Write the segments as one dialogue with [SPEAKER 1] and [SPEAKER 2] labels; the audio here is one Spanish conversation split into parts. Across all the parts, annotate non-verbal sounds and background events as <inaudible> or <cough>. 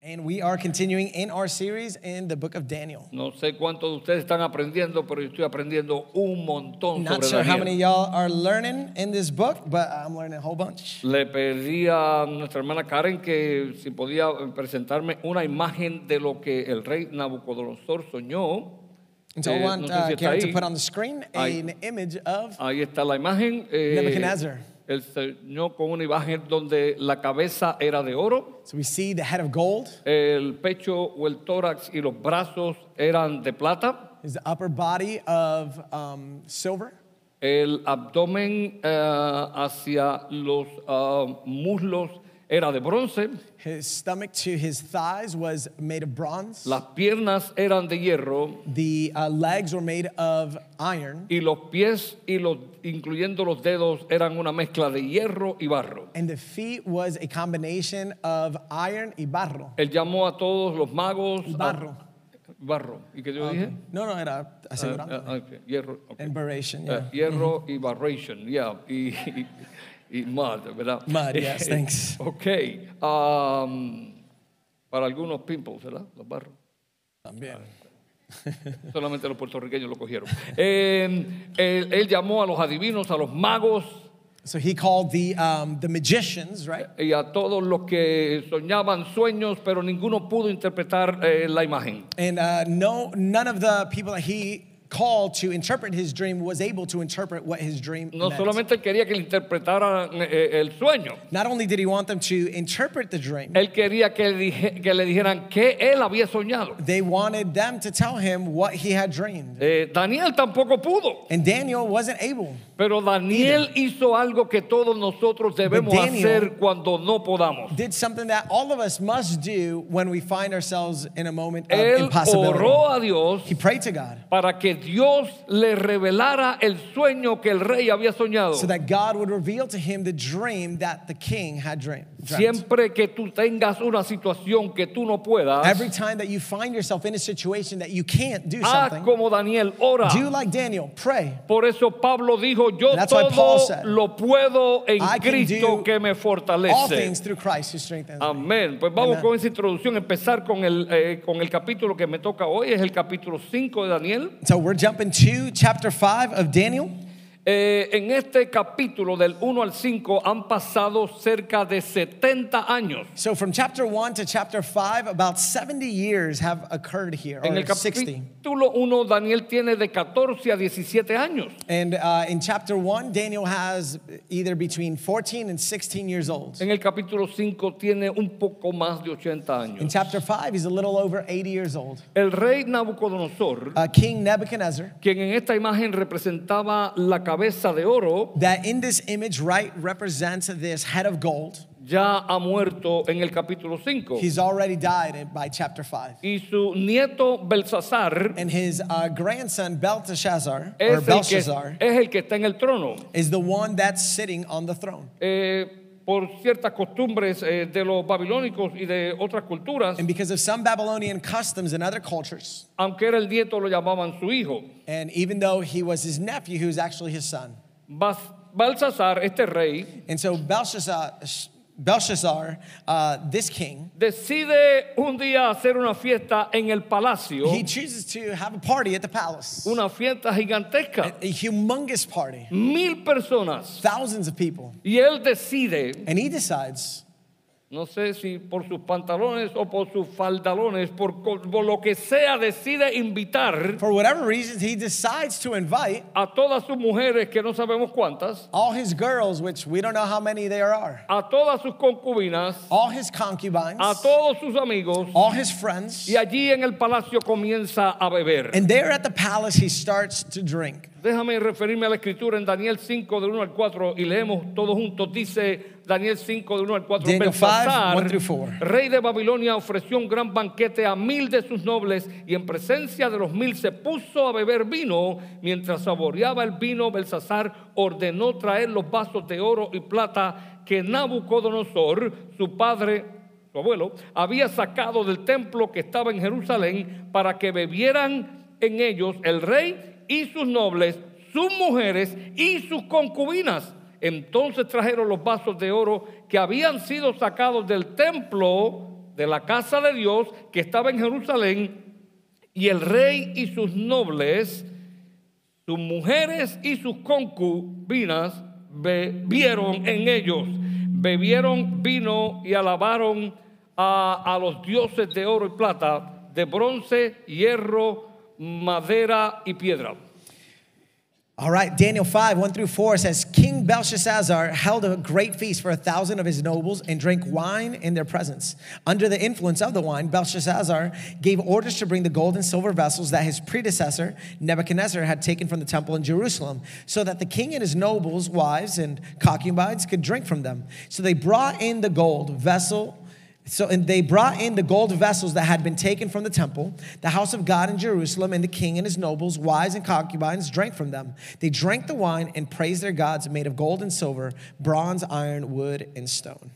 [SPEAKER 1] And we are continuing in our series in the book of Daniel.
[SPEAKER 2] No sé cuántos de ustedes están aprendiendo, pero yo estoy aprendiendo un montón
[SPEAKER 1] Not
[SPEAKER 2] sobre
[SPEAKER 1] sure
[SPEAKER 2] Daniel.
[SPEAKER 1] how many of y'all are learning in this book, but I'm learning a whole bunch.
[SPEAKER 2] Le pedí a nuestra hermana Karen que si podía eh, presentarme una imagen de lo que el rey Nabucodonosor soñó.
[SPEAKER 1] And so I
[SPEAKER 2] Eh,
[SPEAKER 1] want
[SPEAKER 2] no sé
[SPEAKER 1] uh,
[SPEAKER 2] si está
[SPEAKER 1] Karen to
[SPEAKER 2] ahí.
[SPEAKER 1] put on the screen
[SPEAKER 2] Ahí.
[SPEAKER 1] an image of
[SPEAKER 2] Ahí está la imagen. eh,
[SPEAKER 1] Nebuchadnezzar.
[SPEAKER 2] el soñó con una imagen donde la cabeza era de oro,
[SPEAKER 1] So we see the head of gold,
[SPEAKER 2] el pecho o el tórax y los brazos eran de plata,
[SPEAKER 1] his upper body of um, silver,
[SPEAKER 2] el abdomen eh, hacia los ah, muslos era de bronce.
[SPEAKER 1] his stomach to his thighs was made of bronze,
[SPEAKER 2] Las piernas eran de hierro
[SPEAKER 1] the uh, legs were made of iron,
[SPEAKER 2] y los pies y los incluyendo los dedos eran una mezcla de hierro y barro.
[SPEAKER 1] and the feet was a combination of iron y barro.
[SPEAKER 2] Él llamó a todos los magos
[SPEAKER 1] Y barro. Ah,
[SPEAKER 2] a- barro. ¿Y qué yo dije?
[SPEAKER 1] No, no, era asegurando.
[SPEAKER 2] Ah, ok, hierro. ok.
[SPEAKER 1] And barration,
[SPEAKER 2] Ah,
[SPEAKER 1] yeah.
[SPEAKER 2] hierro y barration, yeah. Y, y, y mud, ¿verdad?
[SPEAKER 1] Mud,
[SPEAKER 2] <laughs>
[SPEAKER 1] yes, thanks.
[SPEAKER 2] Ok. um, para algunos pimples, ¿verdad? Los barros.
[SPEAKER 1] También.
[SPEAKER 2] Solamente los puertorriqueños lo cogieron. <laughs> Eh, él- él llamó a los adivinos, a los magos,
[SPEAKER 1] So he called the, um, the magicians, right?
[SPEAKER 2] y a todos los que soñaban sueños, pero ninguno pudo interpretar eh, la imagen.
[SPEAKER 1] And uh, no, none of the people that he called to interpret his dream was able to interpret what his dream
[SPEAKER 2] No
[SPEAKER 1] meant.
[SPEAKER 2] solamente quería que le interpretaran eh, el sueño,
[SPEAKER 1] Not only did he want them to interpret the dream,
[SPEAKER 2] él quería que, dije- que le dijeran que él había soñado.
[SPEAKER 1] they wanted them to tell him what he had dreamed.
[SPEAKER 2] Eh, Daniel tampoco pudo,
[SPEAKER 1] And Daniel wasn't able.
[SPEAKER 2] pero Daniel hizo algo que todos nosotros debemos
[SPEAKER 1] But Daniel-
[SPEAKER 2] hacer cuando no podamos.
[SPEAKER 1] Did something that all of us must do when we find ourselves in a moment of
[SPEAKER 2] Él
[SPEAKER 1] impossibility.
[SPEAKER 2] oró a Dios
[SPEAKER 1] Ah, He prayed to God
[SPEAKER 2] para que Dios le revelara el sueño que el rey había soñado.
[SPEAKER 1] so that God would reveal to him the dream that the king had dream- dreamt.
[SPEAKER 2] Siempre que tú tengas una situación que tú no puedas,
[SPEAKER 1] Every time that you find yourself in a situation that you can't do
[SPEAKER 2] haz
[SPEAKER 1] something,
[SPEAKER 2] como Daniel, ora.
[SPEAKER 1] do like Daniel, pray.
[SPEAKER 2] Por eso Pablo dijo, yo
[SPEAKER 1] That's why Paul
[SPEAKER 2] todo
[SPEAKER 1] said,
[SPEAKER 2] lo puedo en
[SPEAKER 1] "I can do
[SPEAKER 2] Cristo que me
[SPEAKER 1] All
[SPEAKER 2] fortalece.
[SPEAKER 1] things through Christ who strengthens me.
[SPEAKER 2] Amén. Pues vamos
[SPEAKER 1] Amen.
[SPEAKER 2] con esa introducción, empezar con el, eh, con el capítulo que me toca hoy, es el capítulo 5 de Daniel.
[SPEAKER 1] So we're jumping to chapter 5 of Daniel.
[SPEAKER 2] Eh, en este capítulo del 1 al 5 han pasado cerca de 70 años.
[SPEAKER 1] So from chapter 1 to chapter 5, about 70 years have occurred here,
[SPEAKER 2] En el
[SPEAKER 1] or 60.
[SPEAKER 2] capítulo 1 Daniel tiene de 14 a 17 años.
[SPEAKER 1] And uh, in chapter 1, Daniel has either between 14 and 16 years old.
[SPEAKER 2] En el capítulo 5 tiene un poco más de 80 años.
[SPEAKER 1] In chapter 5, he's a little over 80 years old.
[SPEAKER 2] El rey Nabucodonosor,
[SPEAKER 1] Uh, King Nebuchadnezzar,
[SPEAKER 2] quien en esta imagen representaba la cabeza de oro,
[SPEAKER 1] that in this image, right, represents this head of gold.
[SPEAKER 2] ya ha muerto en el capítulo 5.
[SPEAKER 1] He's already died by chapter 5.
[SPEAKER 2] Y su nieto Belsasar
[SPEAKER 1] And his uh, grandson, Belteshazzar, or
[SPEAKER 2] es el, que,
[SPEAKER 1] Belshazzar,
[SPEAKER 2] es el que está en el trono.
[SPEAKER 1] is the one that's sitting on the throne.
[SPEAKER 2] Eh, por ciertas costumbres eh, de los babilónicos y de otras culturas,
[SPEAKER 1] And because of some Babylonian customs and other cultures,
[SPEAKER 2] aunque era el nieto, lo llamaban su hijo.
[SPEAKER 1] And even though he was his nephew, he was actually his son.
[SPEAKER 2] Bas- Belsasar, este rey,
[SPEAKER 1] And so Belshazzar, Belshazzar uh, this king,
[SPEAKER 2] decide un día hacer una fiesta en el palacio,
[SPEAKER 1] he chooses to have a party at the palace,
[SPEAKER 2] una fiesta gigantesca.
[SPEAKER 1] a humongous party,
[SPEAKER 2] mil personas
[SPEAKER 1] thousands of people.
[SPEAKER 2] y él decide,
[SPEAKER 1] And he decides,
[SPEAKER 2] no sé si por sus pantalones o por sus faldalones, por, co- por lo que sea, decide invitar
[SPEAKER 1] for whatever reasons, he decides to invite
[SPEAKER 2] a todas sus mujeres, que no sabemos cuántas,
[SPEAKER 1] all his girls, which we don't know how many there are,
[SPEAKER 2] a todas sus concubinas,
[SPEAKER 1] all his concubines,
[SPEAKER 2] a todos sus amigos,
[SPEAKER 1] all his friends.
[SPEAKER 2] y allí en el palacio comienza a beber.
[SPEAKER 1] And there at the palace, he starts to drink.
[SPEAKER 2] Déjame referirme a la escritura en Daniel 5, de 1 al 4, y leemos todos juntos. Dice Daniel 5, de 1 al 4.
[SPEAKER 1] Daniel 5,
[SPEAKER 2] Belsasar,
[SPEAKER 1] 1 through 4.
[SPEAKER 2] rey de Babilonia, ofreció un gran banquete a mil de sus nobles, y en presencia de los mil se puso a beber vino. Mientras saboreaba el vino, Belsasar ordenó traer los vasos de oro y plata que Nabucodonosor, su padre, su abuelo, había sacado del templo que estaba en Jerusalén para que bebieran en ellos el rey y sus nobles, sus mujeres y sus concubinas. Entonces trajeron los vasos de oro que habían sido sacados del templo de la casa de Dios que estaba en Jerusalén, y el rey y sus nobles, sus mujeres y sus concubinas bebieron en ellos, bebieron vino y alabaron a, a los dioses de oro y plata, de bronce, hierro, madera y piedra.
[SPEAKER 1] All right, Daniel 5, 1 through 4 says King Belshazzar held a great feast for a thousand of his nobles and drank wine in their presence. Under the influence of the wine, Belshazzar gave orders to bring the gold and silver vessels that his predecessor, Nebuchadnezzar, had taken from the temple in Jerusalem, so that the king and his nobles, wives, and concubines could drink from them. So they brought in the gold vessel. So, and they brought in the gold vessels that had been taken from the temple, the house of God in Jerusalem, and the king and his nobles, wives and concubines, drank from them. They drank the wine and praised their gods made of gold and silver, bronze, iron, wood, and stone.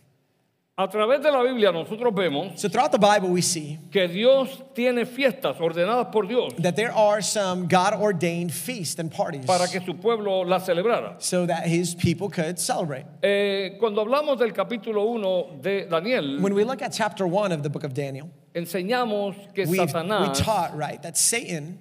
[SPEAKER 2] A través de la Biblia nosotros vemos
[SPEAKER 1] So, throughout the Bible, we see
[SPEAKER 2] que Dios tiene fiestas ordenadas por Dios
[SPEAKER 1] that there are some God ordained feasts and parties
[SPEAKER 2] para que su pueblo las celebrara.
[SPEAKER 1] so that his people could celebrate.
[SPEAKER 2] Eh, cuando hablamos del capítulo 1 de Daniel,
[SPEAKER 1] When we look at chapter one of the book of Daniel,
[SPEAKER 2] enseñamos que
[SPEAKER 1] we, we
[SPEAKER 2] Satanás
[SPEAKER 1] taught, right, that Satan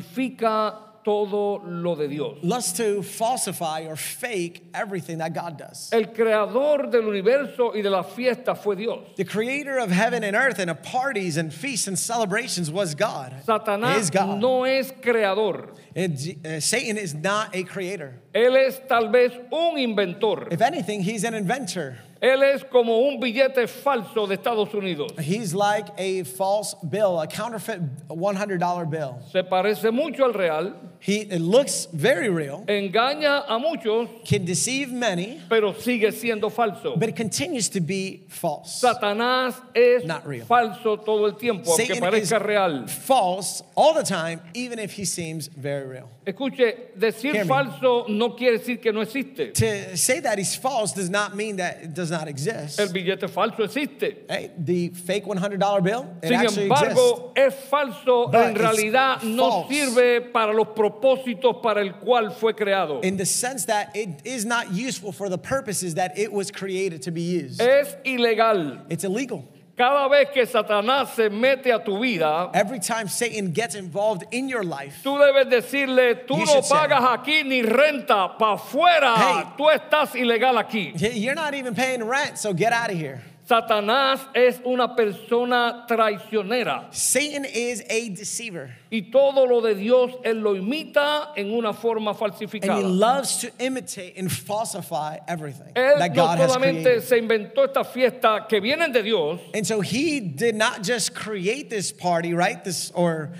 [SPEAKER 2] falsifica todo lo de Dios.
[SPEAKER 1] loves to falsify or fake everything that God does.
[SPEAKER 2] El creador del universo y de las fiestas fue Dios.
[SPEAKER 1] The creator of heaven and earth and of parties and feasts and celebrations was God. is
[SPEAKER 2] Satanás
[SPEAKER 1] God.
[SPEAKER 2] no es creador.
[SPEAKER 1] And J- uh, Satan is not a creator.
[SPEAKER 2] Él es tal vez un inventor.
[SPEAKER 1] If anything, he's an inventor.
[SPEAKER 2] Él es como un billete falso de Estados Unidos.
[SPEAKER 1] He's like a false bill, a counterfeit $100 bill.
[SPEAKER 2] Se parece mucho al real,
[SPEAKER 1] He it looks very real,
[SPEAKER 2] engaña a muchos,
[SPEAKER 1] can deceive many,
[SPEAKER 2] pero sigue siendo falso.
[SPEAKER 1] but it continues to be false.
[SPEAKER 2] Satanás es
[SPEAKER 1] Not real.
[SPEAKER 2] falso todo el tiempo, aunque
[SPEAKER 1] Satan is
[SPEAKER 2] parezca real.
[SPEAKER 1] false all the time, even if he seems very real.
[SPEAKER 2] Escuche, decir
[SPEAKER 1] Hear me.
[SPEAKER 2] falso no quiere decir que no existe.
[SPEAKER 1] To say that he's false does not mean that it does not exist.
[SPEAKER 2] El billete falso existe.
[SPEAKER 1] Hey, the fake $100 bill, it
[SPEAKER 2] Sin
[SPEAKER 1] actually exists.
[SPEAKER 2] embargo, es falso,
[SPEAKER 1] But
[SPEAKER 2] en
[SPEAKER 1] it's
[SPEAKER 2] realidad no
[SPEAKER 1] false.
[SPEAKER 2] sirve para los propósitos para el cual fue creado.
[SPEAKER 1] In the sense that it is not useful for the purposes that it was created to be used.
[SPEAKER 2] Es ilegal.
[SPEAKER 1] It's illegal.
[SPEAKER 2] Cada vez que Satanás se mete a tu vida,
[SPEAKER 1] Every time Satan gets involved in your life,
[SPEAKER 2] tú debes decirle, tú no
[SPEAKER 1] You should say.
[SPEAKER 2] pagas aquí ni renta, para afuera,
[SPEAKER 1] Hey.
[SPEAKER 2] tú estás ilegal aquí.
[SPEAKER 1] y- you're not even paying rent, so get out of here.
[SPEAKER 2] Satanás es una persona traicionera
[SPEAKER 1] Satan is a deceiver,
[SPEAKER 2] y todo lo de Dios él lo imita en una forma
[SPEAKER 1] and
[SPEAKER 2] falsificada.
[SPEAKER 1] he loves to imitate and falsify everything
[SPEAKER 2] Él
[SPEAKER 1] that
[SPEAKER 2] Eh, no
[SPEAKER 1] God has
[SPEAKER 2] solamente
[SPEAKER 1] created.
[SPEAKER 2] se inventó esta fiesta que vienen de Dios,
[SPEAKER 1] And so he did not just create this party, right? This or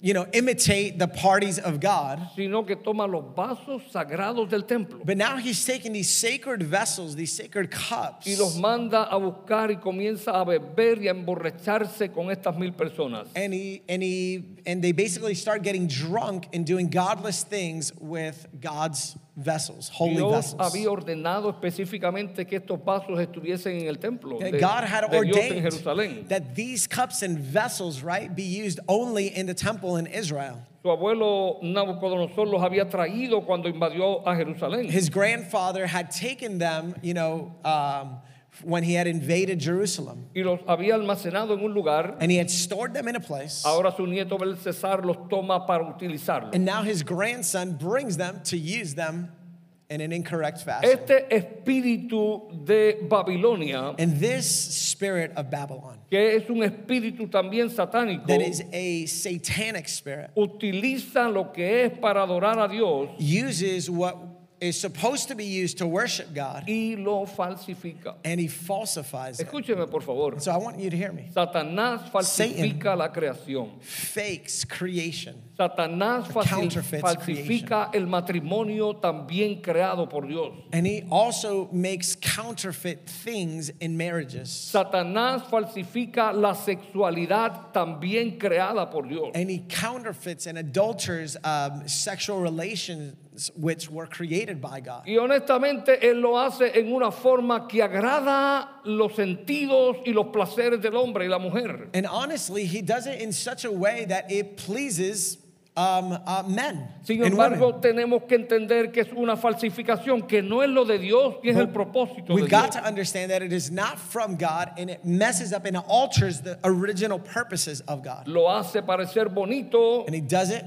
[SPEAKER 1] you know, imitate the parties of God.
[SPEAKER 2] sino que toma los vasos sagrados del templo
[SPEAKER 1] But now he's taking these sacred vessels, these sacred cups,
[SPEAKER 2] y los manda a buscar y comienza a beber y a emborracharse con estas mil personas.
[SPEAKER 1] and he and he and they basically start getting drunk and doing godless things with God's vessels, holy
[SPEAKER 2] Dios
[SPEAKER 1] vessels.
[SPEAKER 2] había ordenado específicamente que estos vasos estuviesen en el templo de,
[SPEAKER 1] That God had
[SPEAKER 2] de Dios en Jerusalén.
[SPEAKER 1] ordained that these cups and vessels, right, be used only in the temple in Israel.
[SPEAKER 2] Su abuelo Nabucodonosor los había traído cuando invadió a Jerusalén.
[SPEAKER 1] His grandfather had taken them, you know, um, when he had invaded Jerusalem,
[SPEAKER 2] y los había almacenado en un lugar.
[SPEAKER 1] and he had stored them in a place.
[SPEAKER 2] Ahora su nieto Belcesar los toma para utilizarlos.
[SPEAKER 1] And now his grandson brings them to use them in an incorrect fashion.
[SPEAKER 2] Este espíritu de Babilonia,
[SPEAKER 1] And this spirit of Babylon,
[SPEAKER 2] que es un espíritu también satánico,
[SPEAKER 1] that is a satanic spirit,
[SPEAKER 2] utiliza lo que es para adorar a Dios
[SPEAKER 1] uses what is supposed to be used to worship God
[SPEAKER 2] y lo falsifica.
[SPEAKER 1] and he falsifies it.
[SPEAKER 2] Escúcheme, por favor.
[SPEAKER 1] So I want you to hear me.
[SPEAKER 2] Satanás falsifica la creación.
[SPEAKER 1] Fakes creation.
[SPEAKER 2] Satanás
[SPEAKER 1] The
[SPEAKER 2] falsi-
[SPEAKER 1] counterfeits
[SPEAKER 2] falsifica el matrimonio también creado por Dios.
[SPEAKER 1] And he also makes counterfeit things in marriages.
[SPEAKER 2] Satanás falsifica la sexualidad también creada por Dios.
[SPEAKER 1] And he counterfeits and adulters um, sexual relation, which were created by God.
[SPEAKER 2] Y honestamente él lo hace en una forma que agrada los sentidos y los placeres del hombre y la mujer.
[SPEAKER 1] And honestly, he does it in such a way that it pleases um, uh, men
[SPEAKER 2] Sin
[SPEAKER 1] and women.
[SPEAKER 2] embargo, tenemos que entender que es una falsificación, que no es lo de Dios y es el propósito de
[SPEAKER 1] We've got
[SPEAKER 2] Dios.
[SPEAKER 1] to understand that it is not from God and it messes up and alters the original purposes of God.
[SPEAKER 2] Lo hace parecer bonito,
[SPEAKER 1] And he does it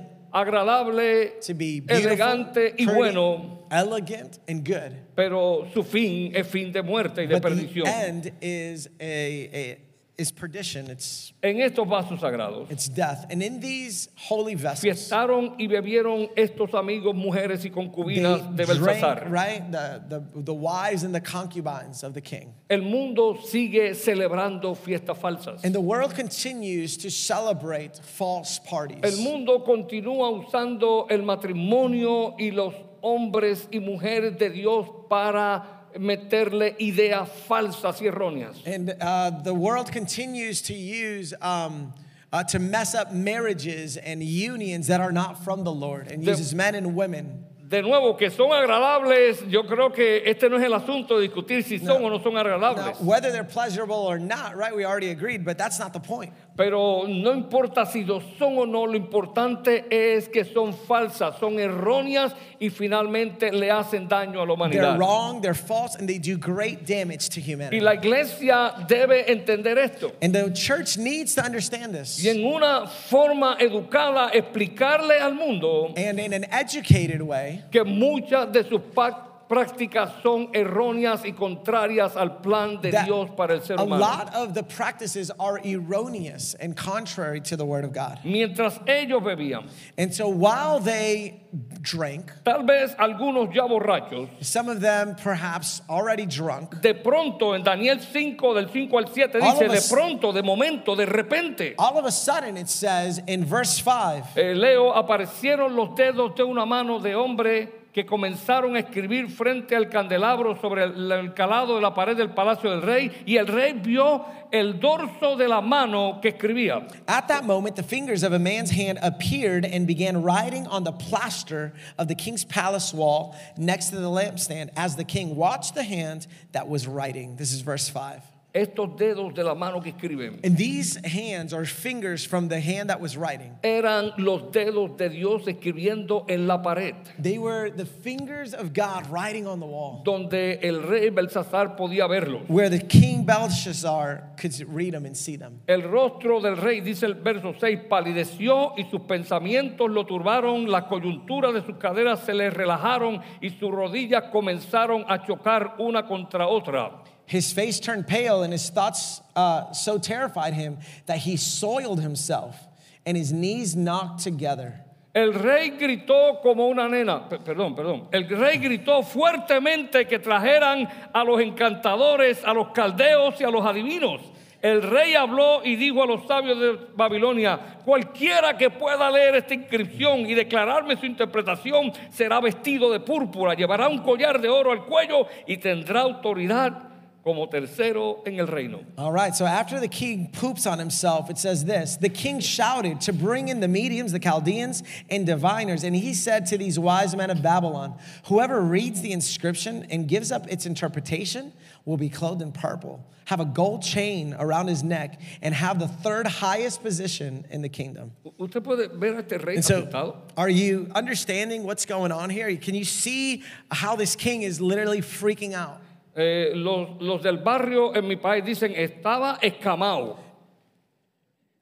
[SPEAKER 2] agradable,
[SPEAKER 1] to be beautiful,
[SPEAKER 2] elegante y
[SPEAKER 1] pretty,
[SPEAKER 2] bueno,
[SPEAKER 1] elegant, and good.
[SPEAKER 2] pero su fin es fin de muerte y de
[SPEAKER 1] But the
[SPEAKER 2] perdición.
[SPEAKER 1] end is a, a is perdition. It's
[SPEAKER 2] En estos vasos sagrados
[SPEAKER 1] it's death. And in these holy vessels,
[SPEAKER 2] fiestaron y bebieron estos amigos, mujeres y
[SPEAKER 1] they
[SPEAKER 2] concubinas de
[SPEAKER 1] drank,
[SPEAKER 2] Belsasar.
[SPEAKER 1] right? The, the the wives and the concubines of the king.
[SPEAKER 2] El mundo sigue celebrando fiestas falsas.
[SPEAKER 1] And the world continues to celebrate false
[SPEAKER 2] El
[SPEAKER 1] parties.
[SPEAKER 2] mundo continúa usando el matrimonio y los hombres y mujeres de Dios para meterle ideas falsas y erróneas.
[SPEAKER 1] And uh, the world continues to use um, uh, to mess up marriages and unions that are not from the Lord, and
[SPEAKER 2] The-
[SPEAKER 1] uses men and women.
[SPEAKER 2] De nuevo, que son agradables, yo creo que este no es el asunto de discutir si son
[SPEAKER 1] No.
[SPEAKER 2] o no son
[SPEAKER 1] Now,
[SPEAKER 2] agradables.
[SPEAKER 1] whether they're pleasurable or not, right? We already agreed, but that's not the point.
[SPEAKER 2] Pero no importa si lo son o no, lo importante es que son falsas, son erróneas y finalmente le hacen daño a la
[SPEAKER 1] They're
[SPEAKER 2] humanidad.
[SPEAKER 1] wrong, they're false, and they do great damage to
[SPEAKER 2] Y
[SPEAKER 1] humanity.
[SPEAKER 2] la iglesia debe entender esto.
[SPEAKER 1] And the church needs to understand this.
[SPEAKER 2] Y en una forma educada explicarle al mundo
[SPEAKER 1] And in an educated way,
[SPEAKER 2] que muchas de sus pa- prácticas son erróneas y contrarias al plan de
[SPEAKER 1] that
[SPEAKER 2] Dios para el ser
[SPEAKER 1] a
[SPEAKER 2] humano.
[SPEAKER 1] lot of the practices are erroneous and contrary to the Word of God.
[SPEAKER 2] Mientras ellos bebían,
[SPEAKER 1] And so while they drank,
[SPEAKER 2] tal vez algunos ya borrachos,
[SPEAKER 1] some of them perhaps already drunk,
[SPEAKER 2] de pronto en Daniel 5 del 5 al 7
[SPEAKER 1] All
[SPEAKER 2] dice
[SPEAKER 1] of
[SPEAKER 2] de
[SPEAKER 1] us-
[SPEAKER 2] pronto, de momento, de repente.
[SPEAKER 1] all of a sudden it says in verse 5,
[SPEAKER 2] Eh, leo, aparecieron los dedos de una mano de hombre que comenzaron a escribir frente al candelabro sobre el, el calado de la pared del palacio del rey y el rey vio el dorso de la mano que escribía.
[SPEAKER 1] At that moment, the fingers of a man's hand appeared and began writing on the plaster of the king's palace wall next to the lampstand as the king watched the hand that was writing. This is verse 5.
[SPEAKER 2] Estos dedos de la mano que escriben
[SPEAKER 1] And these hands or fingers from the hand that was writing,
[SPEAKER 2] eran los dedos de Dios escribiendo en la pared
[SPEAKER 1] they were the fingers of God writing on the wall
[SPEAKER 2] donde el rey Belsasar podía verlos.
[SPEAKER 1] where the king Belshazzar could read them and see them.
[SPEAKER 2] El rostro del rey, dice el verso 6, palideció y sus pensamientos lo turbaron, las coyunturas de sus caderas se le relajaron y sus rodillas comenzaron a chocar una contra otra.
[SPEAKER 1] His face turned pale and his thoughts uh, so terrified him that he soiled himself and his knees knocked together.
[SPEAKER 2] El rey gritó como una nena, P- perdón, perdón, el rey gritó fuertemente que trajeran a los encantadores, a los caldeos y a los adivinos. El rey habló y dijo a los sabios de Babilonia, cualquiera que pueda leer esta inscripción y declararme su interpretación será vestido de púrpura, llevará un collar de oro al cuello y tendrá autoridad como tercero en el reino.
[SPEAKER 1] All right, so after the king poops on himself, it says this The king shouted to bring in the mediums, the Chaldeans, and diviners. And he said to these wise men of Babylon, Whoever reads the inscription and gives up its interpretation will be clothed in purple, have a gold chain around his neck, and have the third highest position in the kingdom.
[SPEAKER 2] U- Usted puede ver a este rey
[SPEAKER 1] And
[SPEAKER 2] sentado.
[SPEAKER 1] so, are you understanding what's going on here? Can you see how this king is literally freaking out?
[SPEAKER 2] Eh, los, los del barrio en mi país dicen estaba escamado,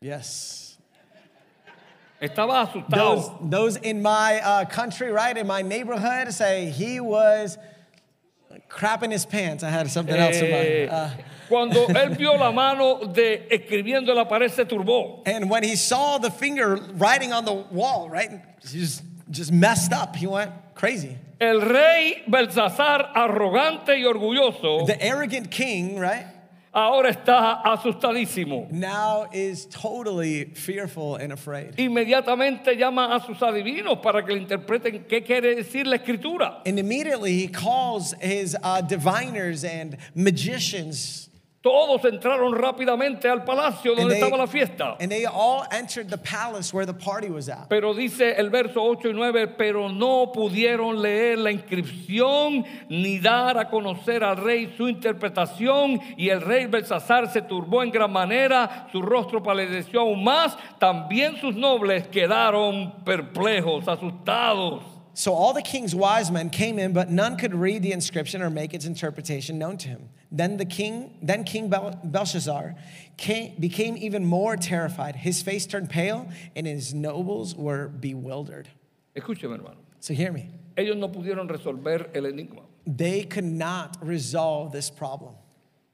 [SPEAKER 1] Yes.
[SPEAKER 2] estaba asustado.
[SPEAKER 1] Those, those in my uh, country, right, in my neighborhood, say he was crapping his pants. I had something else in
[SPEAKER 2] Eh,
[SPEAKER 1] mind. Uh,
[SPEAKER 2] cuando él vio la mano de escribiendo en la pared se turbó.
[SPEAKER 1] and when he saw the finger writing on the wall, right, he just, just messed up. He went crazy.
[SPEAKER 2] El rey Belsasar, arrogante y orgulloso,
[SPEAKER 1] The arrogant king, right,
[SPEAKER 2] ahora está asustadísimo.
[SPEAKER 1] now is totally fearful and afraid.
[SPEAKER 2] Inmediatamente llama a sus adivinos para que le interpreten qué quiere decir la escritura.
[SPEAKER 1] And immediately he calls his uh, diviners and magicians.
[SPEAKER 2] Todos entraron rápidamente al palacio donde estaba la fiesta.
[SPEAKER 1] and they all entered the palace where the party was at.
[SPEAKER 2] Pero dice el verso 8 y 9, pero no pudieron leer la inscripción ni dar a conocer al rey su interpretación. Y el rey Belsasar se turbó en gran manera, su rostro palideció aún más. También sus nobles quedaron perplejos, asustados.
[SPEAKER 1] So all the king's wise men came in, but none could read the inscription or make its interpretation known to him. Then the king, then King Bel- Belshazzar, came, became even more terrified. His face turned pale, and his nobles were bewildered.
[SPEAKER 2] Escúcheme, hermano.
[SPEAKER 1] So hear me.
[SPEAKER 2] Ellos no pudieron resolver el enigma.
[SPEAKER 1] They could not resolve this problem.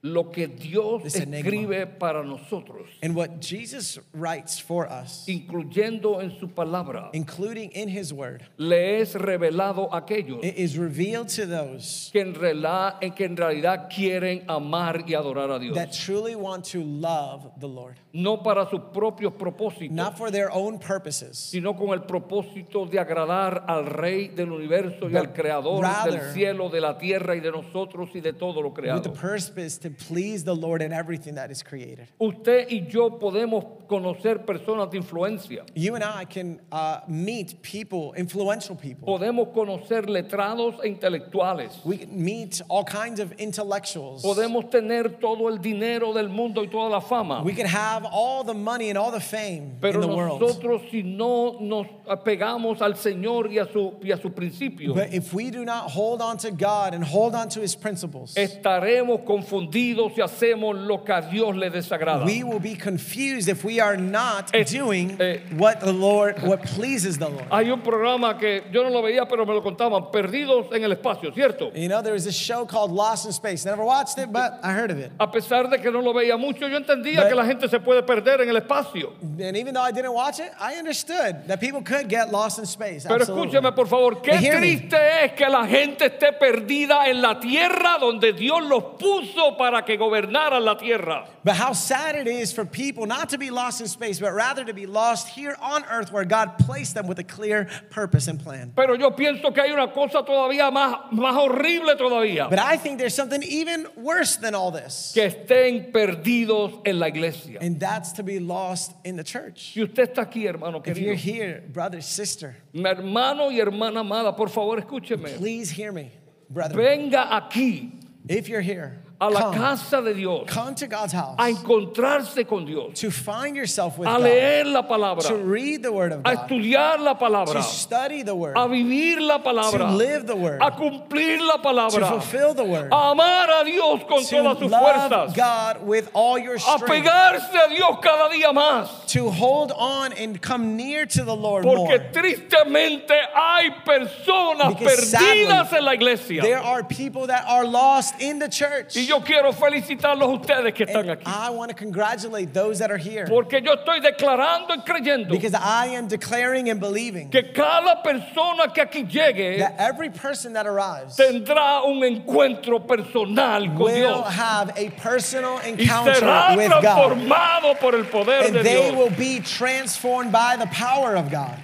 [SPEAKER 2] Lo que Dios
[SPEAKER 1] This enigma.
[SPEAKER 2] escribe para nosotros,
[SPEAKER 1] And what Jesus writes for us,
[SPEAKER 2] incluyendo en su palabra,
[SPEAKER 1] including in His Word,
[SPEAKER 2] le es revelado a aquellos
[SPEAKER 1] it is revealed to those
[SPEAKER 2] que en, rela- en que en realidad quieren amar y adorar a Dios.
[SPEAKER 1] that truly want to love the Lord,
[SPEAKER 2] no para sus propios propósitos,
[SPEAKER 1] not for their own purposes.
[SPEAKER 2] sino con el propósito de agradar al Rey del universo y al Creador del
[SPEAKER 1] rather-
[SPEAKER 2] cielo, de la tierra y de nosotros y de todo lo
[SPEAKER 1] with the
[SPEAKER 2] creado.
[SPEAKER 1] purpose to please the Lord in everything that is created.
[SPEAKER 2] Usted y yo podemos conocer personas de influencia,
[SPEAKER 1] You and I can uh, meet people, influential people.
[SPEAKER 2] podemos conocer letrados e intelectuales,
[SPEAKER 1] We can meet all kinds of intellectuals.
[SPEAKER 2] podemos tener todo el dinero del mundo y toda la fama.
[SPEAKER 1] We can have all the money and all the fame in
[SPEAKER 2] Pero
[SPEAKER 1] the world.
[SPEAKER 2] nosotros si no nos apegamos al Señor y a su, y a su principio,
[SPEAKER 1] But if we do not hold on to God and hold on to His principles,
[SPEAKER 2] estaremos confundidos si hacemos lo que a Dios le desagrada.
[SPEAKER 1] we will be confused if we are not
[SPEAKER 2] Eh,
[SPEAKER 1] doing
[SPEAKER 2] eh.
[SPEAKER 1] what the Lord, what pleases the Lord.
[SPEAKER 2] Hay un programa que yo no lo veía, pero me lo contaban, Perdidos en el Espacio, ¿cierto?
[SPEAKER 1] You know, there was this show called Lost in Space. Never watched it, but I heard of it.
[SPEAKER 2] A pesar de que no lo veía mucho, yo entendía
[SPEAKER 1] But-
[SPEAKER 2] que la gente se puede perder en el espacio.
[SPEAKER 1] And even though I didn't watch it, I understood that people could get lost in space.
[SPEAKER 2] Pero
[SPEAKER 1] absolutely.
[SPEAKER 2] escúcheme, por favor, qué
[SPEAKER 1] But hear me.
[SPEAKER 2] triste es que la gente esté perdida en la tierra donde Dios los puso para que gobernaran la tierra.
[SPEAKER 1] But how sad it is for people not to be lost in space, but rather to be lost here on earth where God placed them with a clear purpose and plan.
[SPEAKER 2] Pero yo pienso que hay una cosa todavía más, más horrible todavía,
[SPEAKER 1] But I think there's something even worse than all this,
[SPEAKER 2] que estén perdidos en la iglesia.
[SPEAKER 1] and that's to be lost in the church.
[SPEAKER 2] Si usted está aquí, hermano
[SPEAKER 1] If you're
[SPEAKER 2] querido,
[SPEAKER 1] here, brother, sister,
[SPEAKER 2] mi hermano y hermana amada, por favor, escúcheme.
[SPEAKER 1] please hear me, brother.
[SPEAKER 2] Venga aquí
[SPEAKER 1] If you're here,
[SPEAKER 2] a la
[SPEAKER 1] come,
[SPEAKER 2] casa de Dios
[SPEAKER 1] come to God's
[SPEAKER 2] a
[SPEAKER 1] house
[SPEAKER 2] encontrarse con Dios,
[SPEAKER 1] to find yourself with
[SPEAKER 2] a
[SPEAKER 1] God,
[SPEAKER 2] leer la palabra,
[SPEAKER 1] to read the Word of
[SPEAKER 2] a
[SPEAKER 1] God,
[SPEAKER 2] estudiar la palabra,
[SPEAKER 1] to study the Word,
[SPEAKER 2] a vivir la palabra,
[SPEAKER 1] to live the word,
[SPEAKER 2] a cumplir la
[SPEAKER 1] to
[SPEAKER 2] palabra,
[SPEAKER 1] fulfill the Word.
[SPEAKER 2] a amar a Dios con
[SPEAKER 1] to
[SPEAKER 2] todas sus
[SPEAKER 1] love
[SPEAKER 2] fuerzas,
[SPEAKER 1] God with all your
[SPEAKER 2] a
[SPEAKER 1] strength,
[SPEAKER 2] pegarse a Dios cada día más.
[SPEAKER 1] to hold on and come near to the Lord
[SPEAKER 2] Porque
[SPEAKER 1] more.
[SPEAKER 2] tristemente hay personas
[SPEAKER 1] Because sadly,
[SPEAKER 2] perdidas en la iglesia.
[SPEAKER 1] There are people that are lost in the church.
[SPEAKER 2] Y yo quiero felicitarlos a ustedes que están
[SPEAKER 1] and
[SPEAKER 2] aquí.
[SPEAKER 1] I want to congratulate those that are here
[SPEAKER 2] Porque yo estoy declarando y creyendo
[SPEAKER 1] because I am declaring and believing
[SPEAKER 2] que cada persona que aquí llegue
[SPEAKER 1] that every person that arrives
[SPEAKER 2] tendrá un encuentro personal con
[SPEAKER 1] will
[SPEAKER 2] Dios
[SPEAKER 1] have a personal
[SPEAKER 2] y será
[SPEAKER 1] encounter with God.
[SPEAKER 2] transformado por el poder
[SPEAKER 1] And
[SPEAKER 2] de
[SPEAKER 1] they
[SPEAKER 2] Dios.
[SPEAKER 1] will be transformed by the power of God.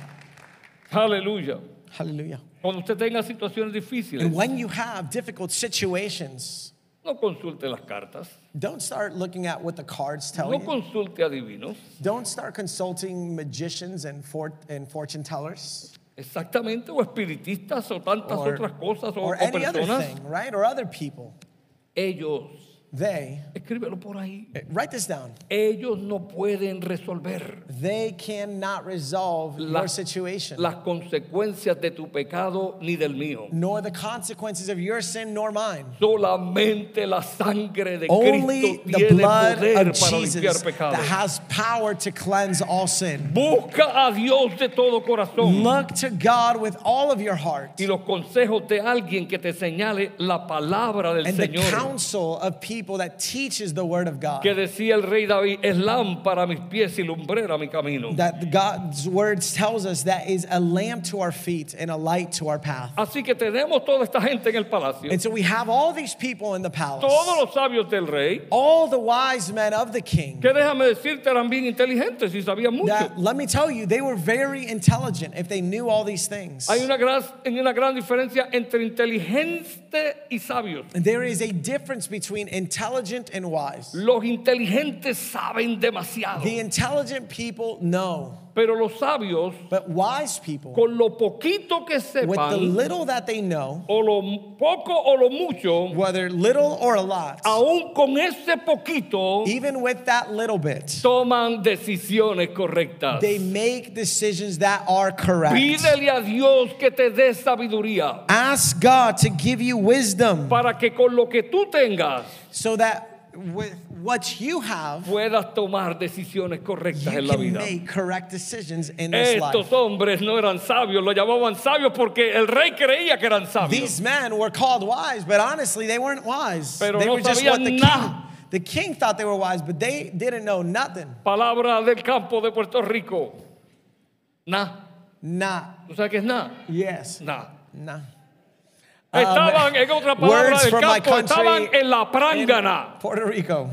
[SPEAKER 2] Aleluya.
[SPEAKER 1] Hallelujah.
[SPEAKER 2] Cuando usted tenga situaciones
[SPEAKER 1] And
[SPEAKER 2] difíciles,
[SPEAKER 1] when you have difficult situations,
[SPEAKER 2] no consulte las cartas,
[SPEAKER 1] don't start looking at what the cards tell
[SPEAKER 2] no
[SPEAKER 1] you.
[SPEAKER 2] consulte a divinos.
[SPEAKER 1] Don't start consulting magicians and, for, and fortune tellers
[SPEAKER 2] Exactamente, o espiritistas o tantas
[SPEAKER 1] or,
[SPEAKER 2] otras cosas o,
[SPEAKER 1] or
[SPEAKER 2] o
[SPEAKER 1] any other
[SPEAKER 2] personas.
[SPEAKER 1] thing, right? Or other people.
[SPEAKER 2] Ellos,
[SPEAKER 1] They,
[SPEAKER 2] escríbelo por ahí,
[SPEAKER 1] write this down.
[SPEAKER 2] ellos no pueden resolver
[SPEAKER 1] They cannot resolve
[SPEAKER 2] La-
[SPEAKER 1] your situation,
[SPEAKER 2] las consecuencias de tu pecado ni del mío.
[SPEAKER 1] nor the consequences of your sin, nor mine.
[SPEAKER 2] Solamente la sangre de
[SPEAKER 1] Only
[SPEAKER 2] Cristo
[SPEAKER 1] the
[SPEAKER 2] tiene
[SPEAKER 1] blood
[SPEAKER 2] poder
[SPEAKER 1] of
[SPEAKER 2] para limpiar
[SPEAKER 1] Jesus that
[SPEAKER 2] pecados.
[SPEAKER 1] has power to cleanse all sin.
[SPEAKER 2] Busca a Dios de todo corazón
[SPEAKER 1] Look to God with all of your heart
[SPEAKER 2] y los consejos de alguien que te señale la palabra del
[SPEAKER 1] and the
[SPEAKER 2] Señor.
[SPEAKER 1] counsel of people that teaches the word of God.
[SPEAKER 2] Que decía el rey David, es lámpara a mis pies y lumbrera a mi camino.
[SPEAKER 1] that God's words tells us that is a lamp to our feet and a light to our path.
[SPEAKER 2] Así que tenemos toda esta gente en el palacio,
[SPEAKER 1] And so we have all these people in the
[SPEAKER 2] todos
[SPEAKER 1] palace,
[SPEAKER 2] los sabios del rey,
[SPEAKER 1] all the wise men of the king.
[SPEAKER 2] que déjame decirte eran bien inteligentes y sabían mucho.
[SPEAKER 1] That let me tell you, they were very intelligent if they knew all these things.
[SPEAKER 2] Hay una gran, hay una gran diferencia entre inteligente y sabios.
[SPEAKER 1] And there is a difference between in- intelligent and wise.
[SPEAKER 2] Los inteligentes saben demasiado,
[SPEAKER 1] The intelligent people know,
[SPEAKER 2] pero los sabios,
[SPEAKER 1] but wise people,
[SPEAKER 2] con lo poquito que
[SPEAKER 1] with the
[SPEAKER 2] sepan,
[SPEAKER 1] little that they know,
[SPEAKER 2] o lo poco o lo mucho,
[SPEAKER 1] whether little or a lot,
[SPEAKER 2] aún con ese poquito,
[SPEAKER 1] even with that little bit,
[SPEAKER 2] toman decisiones correctas.
[SPEAKER 1] they make decisions that are correct.
[SPEAKER 2] Pídele a Dios que te dé sabiduría
[SPEAKER 1] Ask God to give you wisdom
[SPEAKER 2] para que con lo que tú tengas
[SPEAKER 1] so that with what you have,
[SPEAKER 2] puedas tomar decisiones
[SPEAKER 1] you
[SPEAKER 2] correctas en la
[SPEAKER 1] can
[SPEAKER 2] vida.
[SPEAKER 1] make correct decisions in this life.
[SPEAKER 2] Estos hombres no eran sabios, lo llamaban sabios porque el rey creía que eran sabios.
[SPEAKER 1] These men were called wise, but honestly, they weren't wise.
[SPEAKER 2] Pero
[SPEAKER 1] they
[SPEAKER 2] no
[SPEAKER 1] were just what
[SPEAKER 2] sabían
[SPEAKER 1] the king.
[SPEAKER 2] nada.
[SPEAKER 1] The king thought they were wise, but they didn't know nothing.
[SPEAKER 2] Palabra del campo de Puerto Rico. Nah.
[SPEAKER 1] Nah.
[SPEAKER 2] ¿Tú sabes qué es nah?
[SPEAKER 1] Yes.
[SPEAKER 2] Nah.
[SPEAKER 1] Nah. Um,
[SPEAKER 2] Estaban en otra palabra
[SPEAKER 1] words
[SPEAKER 2] del
[SPEAKER 1] from my
[SPEAKER 2] campo,
[SPEAKER 1] country
[SPEAKER 2] estaban en la
[SPEAKER 1] in
[SPEAKER 2] prángana.
[SPEAKER 1] Puerto Rico.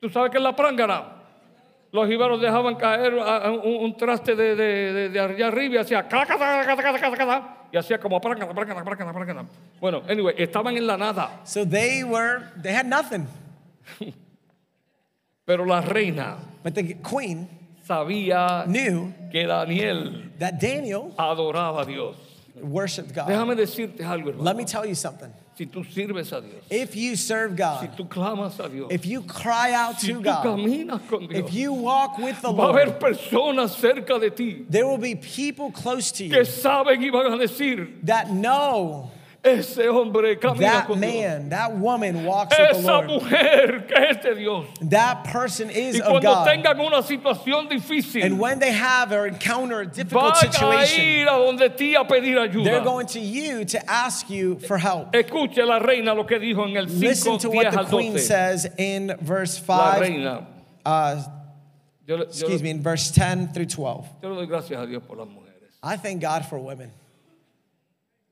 [SPEAKER 2] ¿Tú sabes qué es la prángana? Los íbaros dejaban caer ah, un, un traste de, de, de- de allá arriba y hacía craca, craca, craca, craca, craca, craca, y hacía como prángana, prángana, prángana, prángana. Bueno, anyway, estaban en la nada,
[SPEAKER 1] So they were, they had nothing.
[SPEAKER 2] pero la reina
[SPEAKER 1] But the queen
[SPEAKER 2] sabía
[SPEAKER 1] knew
[SPEAKER 2] que Daniel
[SPEAKER 1] that Daniel
[SPEAKER 2] adoraba a Dios.
[SPEAKER 1] worshiped God.
[SPEAKER 2] Déjame decirte algo, hermano.
[SPEAKER 1] Let me tell you something.
[SPEAKER 2] Si tú sirves a Dios,
[SPEAKER 1] If you serve
[SPEAKER 2] si
[SPEAKER 1] God,
[SPEAKER 2] tú clamas a Dios,
[SPEAKER 1] if you cry out
[SPEAKER 2] si
[SPEAKER 1] to
[SPEAKER 2] tú
[SPEAKER 1] God,
[SPEAKER 2] caminas con
[SPEAKER 1] if
[SPEAKER 2] Dios,
[SPEAKER 1] you walk with the
[SPEAKER 2] va a
[SPEAKER 1] Lord,
[SPEAKER 2] haber personas cerca de ti
[SPEAKER 1] there will be people close to you
[SPEAKER 2] que saben y van a decir,
[SPEAKER 1] that know
[SPEAKER 2] ese hombre camina
[SPEAKER 1] that
[SPEAKER 2] con Dios.
[SPEAKER 1] man, that woman walks with the
[SPEAKER 2] Esa
[SPEAKER 1] Lord.
[SPEAKER 2] mujer que es de Dios.
[SPEAKER 1] That person is
[SPEAKER 2] Y
[SPEAKER 1] of
[SPEAKER 2] cuando
[SPEAKER 1] God.
[SPEAKER 2] tengan una situación difícil,
[SPEAKER 1] And when they have or encounter a
[SPEAKER 2] van
[SPEAKER 1] difficult
[SPEAKER 2] a
[SPEAKER 1] situation,
[SPEAKER 2] ir a donde ti a pedir
[SPEAKER 1] they're
[SPEAKER 2] ayuda.
[SPEAKER 1] going to you to ask you for help.
[SPEAKER 2] Escuche la reina lo que dijo en el 5,
[SPEAKER 1] Listen to what
[SPEAKER 2] 10
[SPEAKER 1] the
[SPEAKER 2] al
[SPEAKER 1] queen
[SPEAKER 2] 12.
[SPEAKER 1] says in verse
[SPEAKER 2] La
[SPEAKER 1] 5,
[SPEAKER 2] reina.
[SPEAKER 1] uh,
[SPEAKER 2] Yo, le- yo,
[SPEAKER 1] excuse me, in verse 10 through 12.
[SPEAKER 2] yo le doy gracias a Dios por las mujeres.
[SPEAKER 1] I thank God for women.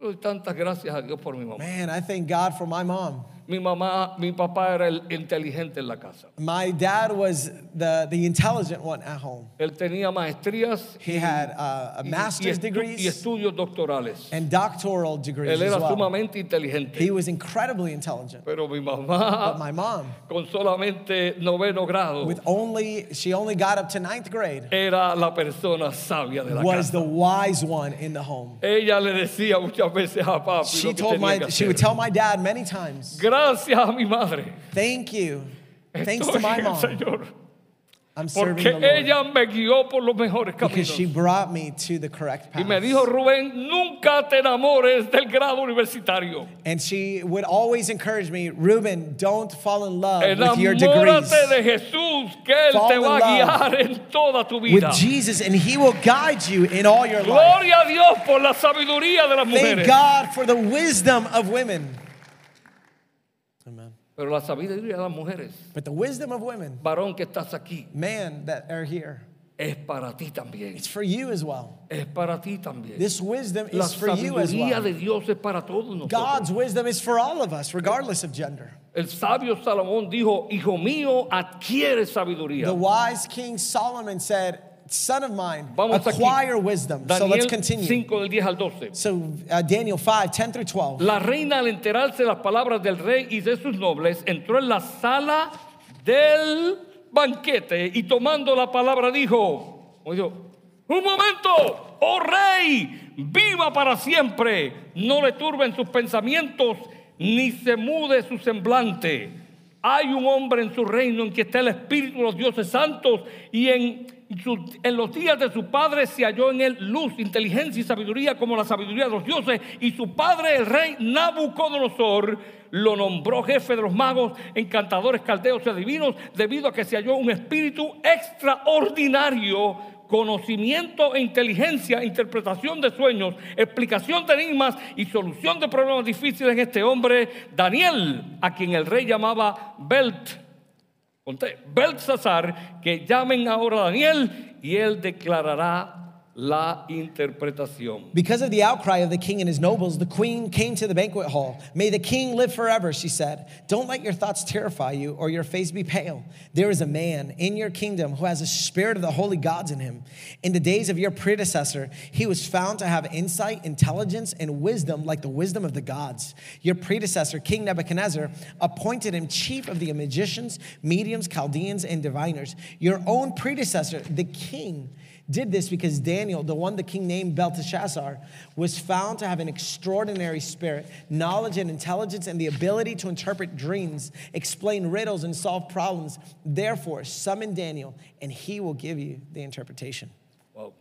[SPEAKER 2] Le doy tantas gracias a Dios por mi mamá.
[SPEAKER 1] Man, I thank God for my mom.
[SPEAKER 2] Mi mamá, mi papá era el inteligente en la casa.
[SPEAKER 1] My dad was the, the intelligent one at home.
[SPEAKER 2] Él tenía maestrías
[SPEAKER 1] He had uh, a
[SPEAKER 2] y, y
[SPEAKER 1] master's
[SPEAKER 2] estu- y
[SPEAKER 1] degrees
[SPEAKER 2] estudios doctorales.
[SPEAKER 1] and doctoral degrees
[SPEAKER 2] Él
[SPEAKER 1] as
[SPEAKER 2] era
[SPEAKER 1] well.
[SPEAKER 2] sumamente inteligente.
[SPEAKER 1] He was incredibly intelligent.
[SPEAKER 2] Pero mi
[SPEAKER 1] But
[SPEAKER 2] mamá
[SPEAKER 1] my mom,
[SPEAKER 2] con solamente noveno grado
[SPEAKER 1] with only she only got up to ninth grade
[SPEAKER 2] era la persona sabia de la
[SPEAKER 1] was
[SPEAKER 2] casa.
[SPEAKER 1] the wise one in the home
[SPEAKER 2] Ella le decía muchas veces a papi lo
[SPEAKER 1] she
[SPEAKER 2] que
[SPEAKER 1] told
[SPEAKER 2] tenía que
[SPEAKER 1] my she would
[SPEAKER 2] hacer.
[SPEAKER 1] tell my dad many times
[SPEAKER 2] Gracias a mi madre.
[SPEAKER 1] thank you thanks to
[SPEAKER 2] estoy
[SPEAKER 1] my
[SPEAKER 2] en el
[SPEAKER 1] mom
[SPEAKER 2] Señor,
[SPEAKER 1] i'm serving
[SPEAKER 2] porque
[SPEAKER 1] the lord
[SPEAKER 2] ella me guió por los mejores
[SPEAKER 1] because
[SPEAKER 2] caminos.
[SPEAKER 1] she brought me to the correct
[SPEAKER 2] Y me dijo
[SPEAKER 1] path
[SPEAKER 2] Rubén, nunca te enamores del grado universitario.
[SPEAKER 1] and she would always encourage me ruben don't fall in love Uh, with your degrees
[SPEAKER 2] Enamórate de Jesús, que Él
[SPEAKER 1] Fall
[SPEAKER 2] te
[SPEAKER 1] in
[SPEAKER 2] va a
[SPEAKER 1] love
[SPEAKER 2] guiar en toda tu vida.
[SPEAKER 1] with jesus and he will guide you in all your life
[SPEAKER 2] Gloria a Dios por la sabiduría de las
[SPEAKER 1] thank
[SPEAKER 2] mujeres.
[SPEAKER 1] god for the wisdom of women amen
[SPEAKER 2] Pero la sabiduría de las mujeres,
[SPEAKER 1] but the wisdom of women
[SPEAKER 2] varón que estás aquí,
[SPEAKER 1] man that are here
[SPEAKER 2] es para ti también.
[SPEAKER 1] It's for you as well.
[SPEAKER 2] es para ti también.
[SPEAKER 1] This wisdom
[SPEAKER 2] la
[SPEAKER 1] is for you as
[SPEAKER 2] sabiduría
[SPEAKER 1] well.
[SPEAKER 2] de Dios es para todos nosotros.
[SPEAKER 1] God's wisdom is for all of us, regardless of gender.
[SPEAKER 2] El sabio Salomón dijo, hijo mío, adquiere sabiduría.
[SPEAKER 1] The wise King Solomon said, Son of mine,
[SPEAKER 2] Vamos aquí.
[SPEAKER 1] acquire wisdom. So
[SPEAKER 2] Daniel
[SPEAKER 1] let's continue.
[SPEAKER 2] 5 del 10 al 12.
[SPEAKER 1] So, uh, Daniel 5 10 through 12.
[SPEAKER 2] La reina al enterarse de las palabras del rey y de sus nobles entró en la sala del banquete y tomando la palabra dijo, como dijo, un momento, oh rey, viva para siempre, no le turben sus pensamientos ni se mude su semblante. Hay un hombre en su reino en que está el espíritu de los dioses santos y en, su- en los días de su padre se halló en él luz, inteligencia y sabiduría como la sabiduría de los dioses y su padre el rey Nabucodonosor lo nombró jefe de los magos, encantadores, caldeos y adivinos debido a que se halló un espíritu extraordinario conocimiento e inteligencia, interpretación de sueños, explicación de enigmas y solución de problemas difíciles en este hombre, Daniel, a quien el rey llamaba Belt, conté, Belsasar, que llamen ahora a Daniel y él declarará la interpretación.
[SPEAKER 1] Because of the outcry of the king and his nobles, the queen came to the banquet hall. May the king live forever, she said. Don't let your thoughts terrify you or your face be pale. There is a man in your kingdom who has a spirit of the holy gods in him. In the days of your predecessor, he was found to have insight, intelligence, and wisdom like the wisdom of the gods. Your predecessor, King Nebuchadnezzar, appointed him chief of the magicians, mediums, Chaldeans, and diviners. Your own predecessor, the king, did this because Daniel, the one the king named Belteshazzar, was found to have an extraordinary spirit, knowledge and intelligence, and the ability to interpret dreams, explain riddles, and solve problems. Therefore, summon Daniel, and he will give you the interpretation.
[SPEAKER 2] Wow.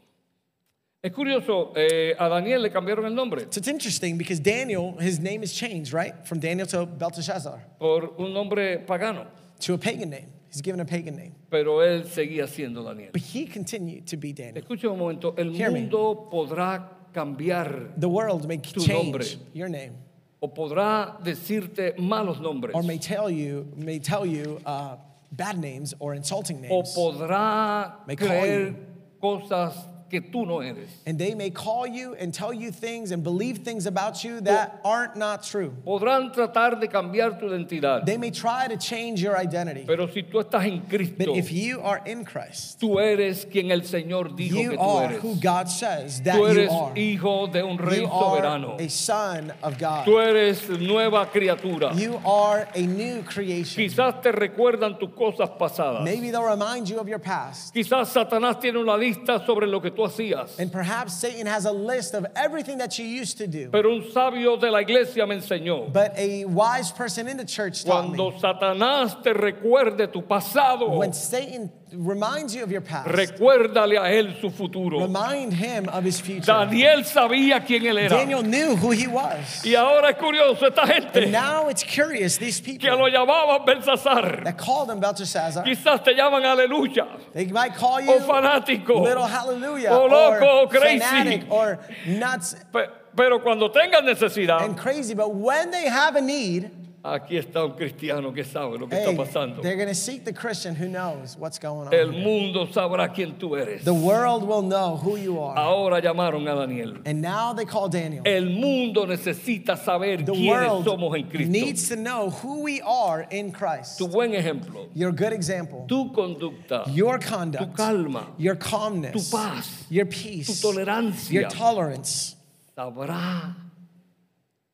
[SPEAKER 2] Es curioso, eh, a Daniel le cambiaron el nombre
[SPEAKER 1] So it's interesting because Daniel, his name is changed, right? From Daniel to Belteshazzar
[SPEAKER 2] por un nombre pagano,
[SPEAKER 1] to a pagan name. He's given a pagan name.
[SPEAKER 2] pero él seguía siendo Daniel.
[SPEAKER 1] But he continued to be Daniel.
[SPEAKER 2] Escuchen un momento, el
[SPEAKER 1] Hear me.
[SPEAKER 2] mundo podrá cambiar
[SPEAKER 1] The world may change
[SPEAKER 2] nombre.
[SPEAKER 1] your name
[SPEAKER 2] o podrá decirte malos nombres
[SPEAKER 1] or may tell you, may tell you uh, bad names or insulting
[SPEAKER 2] o
[SPEAKER 1] names.
[SPEAKER 2] podrá
[SPEAKER 1] May call
[SPEAKER 2] creer cosas que tú no eres.
[SPEAKER 1] And they may call you and tell you things and believe things about you that aren't not true.
[SPEAKER 2] Podrán tratar de cambiar tu identidad,
[SPEAKER 1] They may try to change your identity.
[SPEAKER 2] pero si tú estás en Cristo,
[SPEAKER 1] But if you are in Christ,
[SPEAKER 2] tú eres quien el Señor dijo que
[SPEAKER 1] you
[SPEAKER 2] tú
[SPEAKER 1] are
[SPEAKER 2] eres.
[SPEAKER 1] who God says that
[SPEAKER 2] Tú
[SPEAKER 1] you
[SPEAKER 2] eres
[SPEAKER 1] are.
[SPEAKER 2] hijo de un rey
[SPEAKER 1] You are
[SPEAKER 2] soberano.
[SPEAKER 1] a son of God.
[SPEAKER 2] Tú eres nueva criatura.
[SPEAKER 1] You are a new creation.
[SPEAKER 2] Quizás te recuerdan tus cosas pasadas.
[SPEAKER 1] Maybe they'll remind you of your past.
[SPEAKER 2] Quizás Satanás tiene una lista sobre lo que tú hacías.
[SPEAKER 1] And perhaps Satan has a list of everything that you used to do.
[SPEAKER 2] Pero un sabio de la iglesia me enseñó.
[SPEAKER 1] But a wise person in the church taught me
[SPEAKER 2] Cuando Satanás te recuerde tu pasado,
[SPEAKER 1] when Satan reminds you of your past,
[SPEAKER 2] recuérdale a él su futuro.
[SPEAKER 1] remind him of his future.
[SPEAKER 2] Daniel sabía quién él era.
[SPEAKER 1] Daniel knew who he was.
[SPEAKER 2] Y ahora es curioso esta
[SPEAKER 1] And
[SPEAKER 2] gente
[SPEAKER 1] now it's curious, these
[SPEAKER 2] que lo
[SPEAKER 1] people
[SPEAKER 2] llamaban Belsasar.
[SPEAKER 1] that called him Belteshazzar,
[SPEAKER 2] Quizás te llaman aleluya
[SPEAKER 1] uh, they might call you
[SPEAKER 2] o Oh, fanático.
[SPEAKER 1] little hallelujah
[SPEAKER 2] o loco, o
[SPEAKER 1] or
[SPEAKER 2] crazy.
[SPEAKER 1] fanatic or nuts
[SPEAKER 2] Pe- Pero cuando tengas necesidad,
[SPEAKER 1] and crazy. But when they have a need,
[SPEAKER 2] aquí está un cristiano que sabe lo que
[SPEAKER 1] hey,
[SPEAKER 2] está pasando.
[SPEAKER 1] they're going to seek the Christian who knows what's going on.
[SPEAKER 2] El mundo sabrá quién tú eres.
[SPEAKER 1] The world will know who you are.
[SPEAKER 2] Ahora llamaron a Daniel.
[SPEAKER 1] And now they call Daniel.
[SPEAKER 2] Ah. El mundo necesita saber
[SPEAKER 1] The
[SPEAKER 2] quiénes somos en
[SPEAKER 1] world
[SPEAKER 2] Cristo.
[SPEAKER 1] needs to know who we are in Christ.
[SPEAKER 2] tu buen ejemplo,
[SPEAKER 1] Your good example,
[SPEAKER 2] tu conducta,
[SPEAKER 1] your
[SPEAKER 2] tu
[SPEAKER 1] conduct,
[SPEAKER 2] calma,
[SPEAKER 1] your calmness,
[SPEAKER 2] Tu paz.
[SPEAKER 1] your
[SPEAKER 2] tu
[SPEAKER 1] peace, your
[SPEAKER 2] tolerancia,
[SPEAKER 1] tolerance.
[SPEAKER 2] sabrá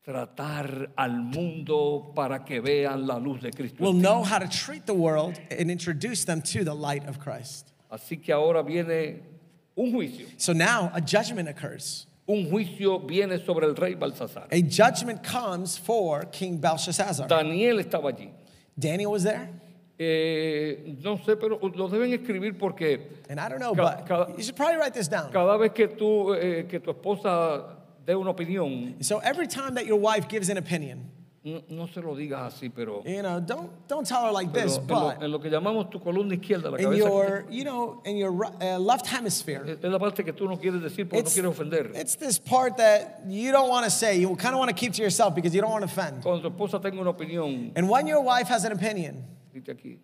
[SPEAKER 2] tratar al mundo para que vean la luz de Cristo.
[SPEAKER 1] will know how to treat the world and introduce them to the light of Christ.
[SPEAKER 2] Así que ahora viene un juicio.
[SPEAKER 1] So now a judgment occurs.
[SPEAKER 2] Un juicio viene sobre el rey Balsasar.
[SPEAKER 1] A judgment comes for King Belshazzar.
[SPEAKER 2] Daniel estaba allí.
[SPEAKER 1] Daniel was there,
[SPEAKER 2] Eh, no sé, pero lo deben escribir porque
[SPEAKER 1] and I don't know,
[SPEAKER 2] Ca-
[SPEAKER 1] but
[SPEAKER 2] ca-
[SPEAKER 1] you should probably write this down.
[SPEAKER 2] cada vez que tú, eh, que tu esposa dé una opinión,
[SPEAKER 1] So every time that your wife gives an opinion,
[SPEAKER 2] no, no se lo digas así, pero,
[SPEAKER 1] you know, don't don't tell her like
[SPEAKER 2] pero
[SPEAKER 1] this,
[SPEAKER 2] en, lo,
[SPEAKER 1] but
[SPEAKER 2] en lo que llamamos tu columna izquierda, la
[SPEAKER 1] in
[SPEAKER 2] cabeza,
[SPEAKER 1] your you know in your ri- uh, left hemisphere,
[SPEAKER 2] es es la parte que tú no quieres decir porque no
[SPEAKER 1] it's,
[SPEAKER 2] quieres ofender.
[SPEAKER 1] it's this part that you don't want to say. You kind of want to keep to yourself because you don't want to offend.
[SPEAKER 2] Cuando tu esposa tenga una opinión,
[SPEAKER 1] And when your wife has an opinion,
[SPEAKER 2] dice aquí,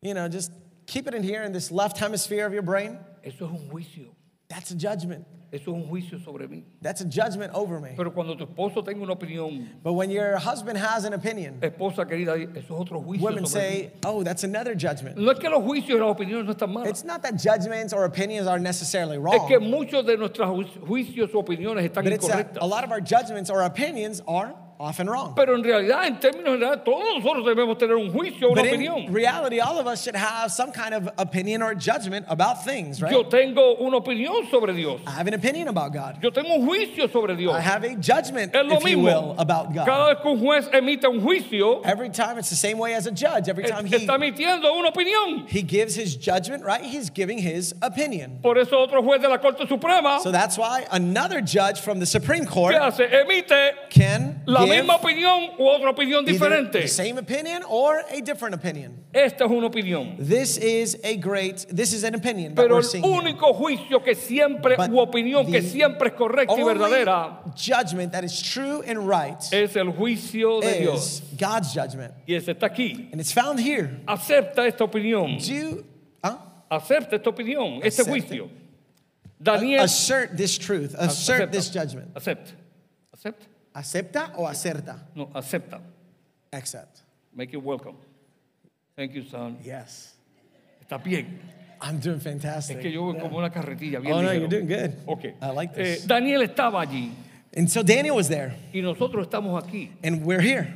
[SPEAKER 1] You know, just keep it in here in this left hemisphere of your brain.
[SPEAKER 2] eso es un juicio,
[SPEAKER 1] That's a judgment.
[SPEAKER 2] eso es un juicio sobre mí.
[SPEAKER 1] That's a judgment over me.
[SPEAKER 2] Pero cuando tu esposo tenga una opinión,
[SPEAKER 1] But when your husband has an opinion,
[SPEAKER 2] esposa querida, eso es otro juicio
[SPEAKER 1] women
[SPEAKER 2] sobre mí.
[SPEAKER 1] say, oh, that's another judgment.
[SPEAKER 2] No es que los juicios y las opiniones no están mal.
[SPEAKER 1] It's not that judgments or opinions are necessarily
[SPEAKER 2] Es que
[SPEAKER 1] wrong,
[SPEAKER 2] muchos de nuestros ju- juicios o opiniones están
[SPEAKER 1] but it's that
[SPEAKER 2] incorrectas.
[SPEAKER 1] a lot of our judgments or opinions are often wrong.
[SPEAKER 2] Pero en realidad, en términos generales, todos nosotros debemos tener un juicio, una
[SPEAKER 1] But
[SPEAKER 2] opinión.
[SPEAKER 1] in reality, all of us should have some kind of opinion or judgment about things, right?
[SPEAKER 2] Yo tengo una opinión sobre Dios.
[SPEAKER 1] I have an opinion about God.
[SPEAKER 2] Yo tengo un juicio sobre Dios.
[SPEAKER 1] I have a judgment,
[SPEAKER 2] Es lo
[SPEAKER 1] if you
[SPEAKER 2] mismo.
[SPEAKER 1] will, about
[SPEAKER 2] Cada
[SPEAKER 1] God.
[SPEAKER 2] vez que un juez emite un juicio,
[SPEAKER 1] Every time, it's the same way as a judge. Every time he
[SPEAKER 2] está emitiendo una opinión.
[SPEAKER 1] He gives his judgment, right? He's giving his opinion.
[SPEAKER 2] Por eso otro juez de la Corte Suprema,
[SPEAKER 1] So that's why another judge from the Supreme
[SPEAKER 2] ¿qué
[SPEAKER 1] Court
[SPEAKER 2] hace? Emite
[SPEAKER 1] can
[SPEAKER 2] la
[SPEAKER 1] give
[SPEAKER 2] misma opinión u otra opinión
[SPEAKER 1] either
[SPEAKER 2] diferente.
[SPEAKER 1] the same opinion or a different opinion.
[SPEAKER 2] Esta es una opinión.
[SPEAKER 1] This is a great, this is an opinion that
[SPEAKER 2] Pero
[SPEAKER 1] we're
[SPEAKER 2] el
[SPEAKER 1] seeing here.
[SPEAKER 2] único juicio que siempre,
[SPEAKER 1] But
[SPEAKER 2] u opinión que
[SPEAKER 1] the
[SPEAKER 2] siempre es correcta y
[SPEAKER 1] Only
[SPEAKER 2] verdadera,
[SPEAKER 1] judgment that is true and right
[SPEAKER 2] es el juicio de
[SPEAKER 1] is
[SPEAKER 2] Dios.
[SPEAKER 1] God's judgment.
[SPEAKER 2] Y ese está aquí.
[SPEAKER 1] And it's found here.
[SPEAKER 2] Acepta esta opinión.
[SPEAKER 1] Do you, huh?
[SPEAKER 2] Acepta esta opinión, este
[SPEAKER 1] Acepta.
[SPEAKER 2] juicio. Daniel,
[SPEAKER 1] Assert this truth. Assert this judgment.
[SPEAKER 2] Accept. Accept.
[SPEAKER 1] Acepta o acerta?
[SPEAKER 2] No, acepta.
[SPEAKER 1] Accept.
[SPEAKER 2] Make it welcome. Thank you, son.
[SPEAKER 1] Yes.
[SPEAKER 2] Está bien.
[SPEAKER 1] I'm doing
[SPEAKER 2] Es que
[SPEAKER 1] fantastic.
[SPEAKER 2] yo voy como una carretilla. Bien
[SPEAKER 1] Oh no,
[SPEAKER 2] ligero.
[SPEAKER 1] you're doing good.
[SPEAKER 2] Ok.
[SPEAKER 1] I like
[SPEAKER 2] Eh,
[SPEAKER 1] this.
[SPEAKER 2] Daniel estaba allí
[SPEAKER 1] And so Daniel was there,
[SPEAKER 2] y nosotros estamos aquí
[SPEAKER 1] and we're here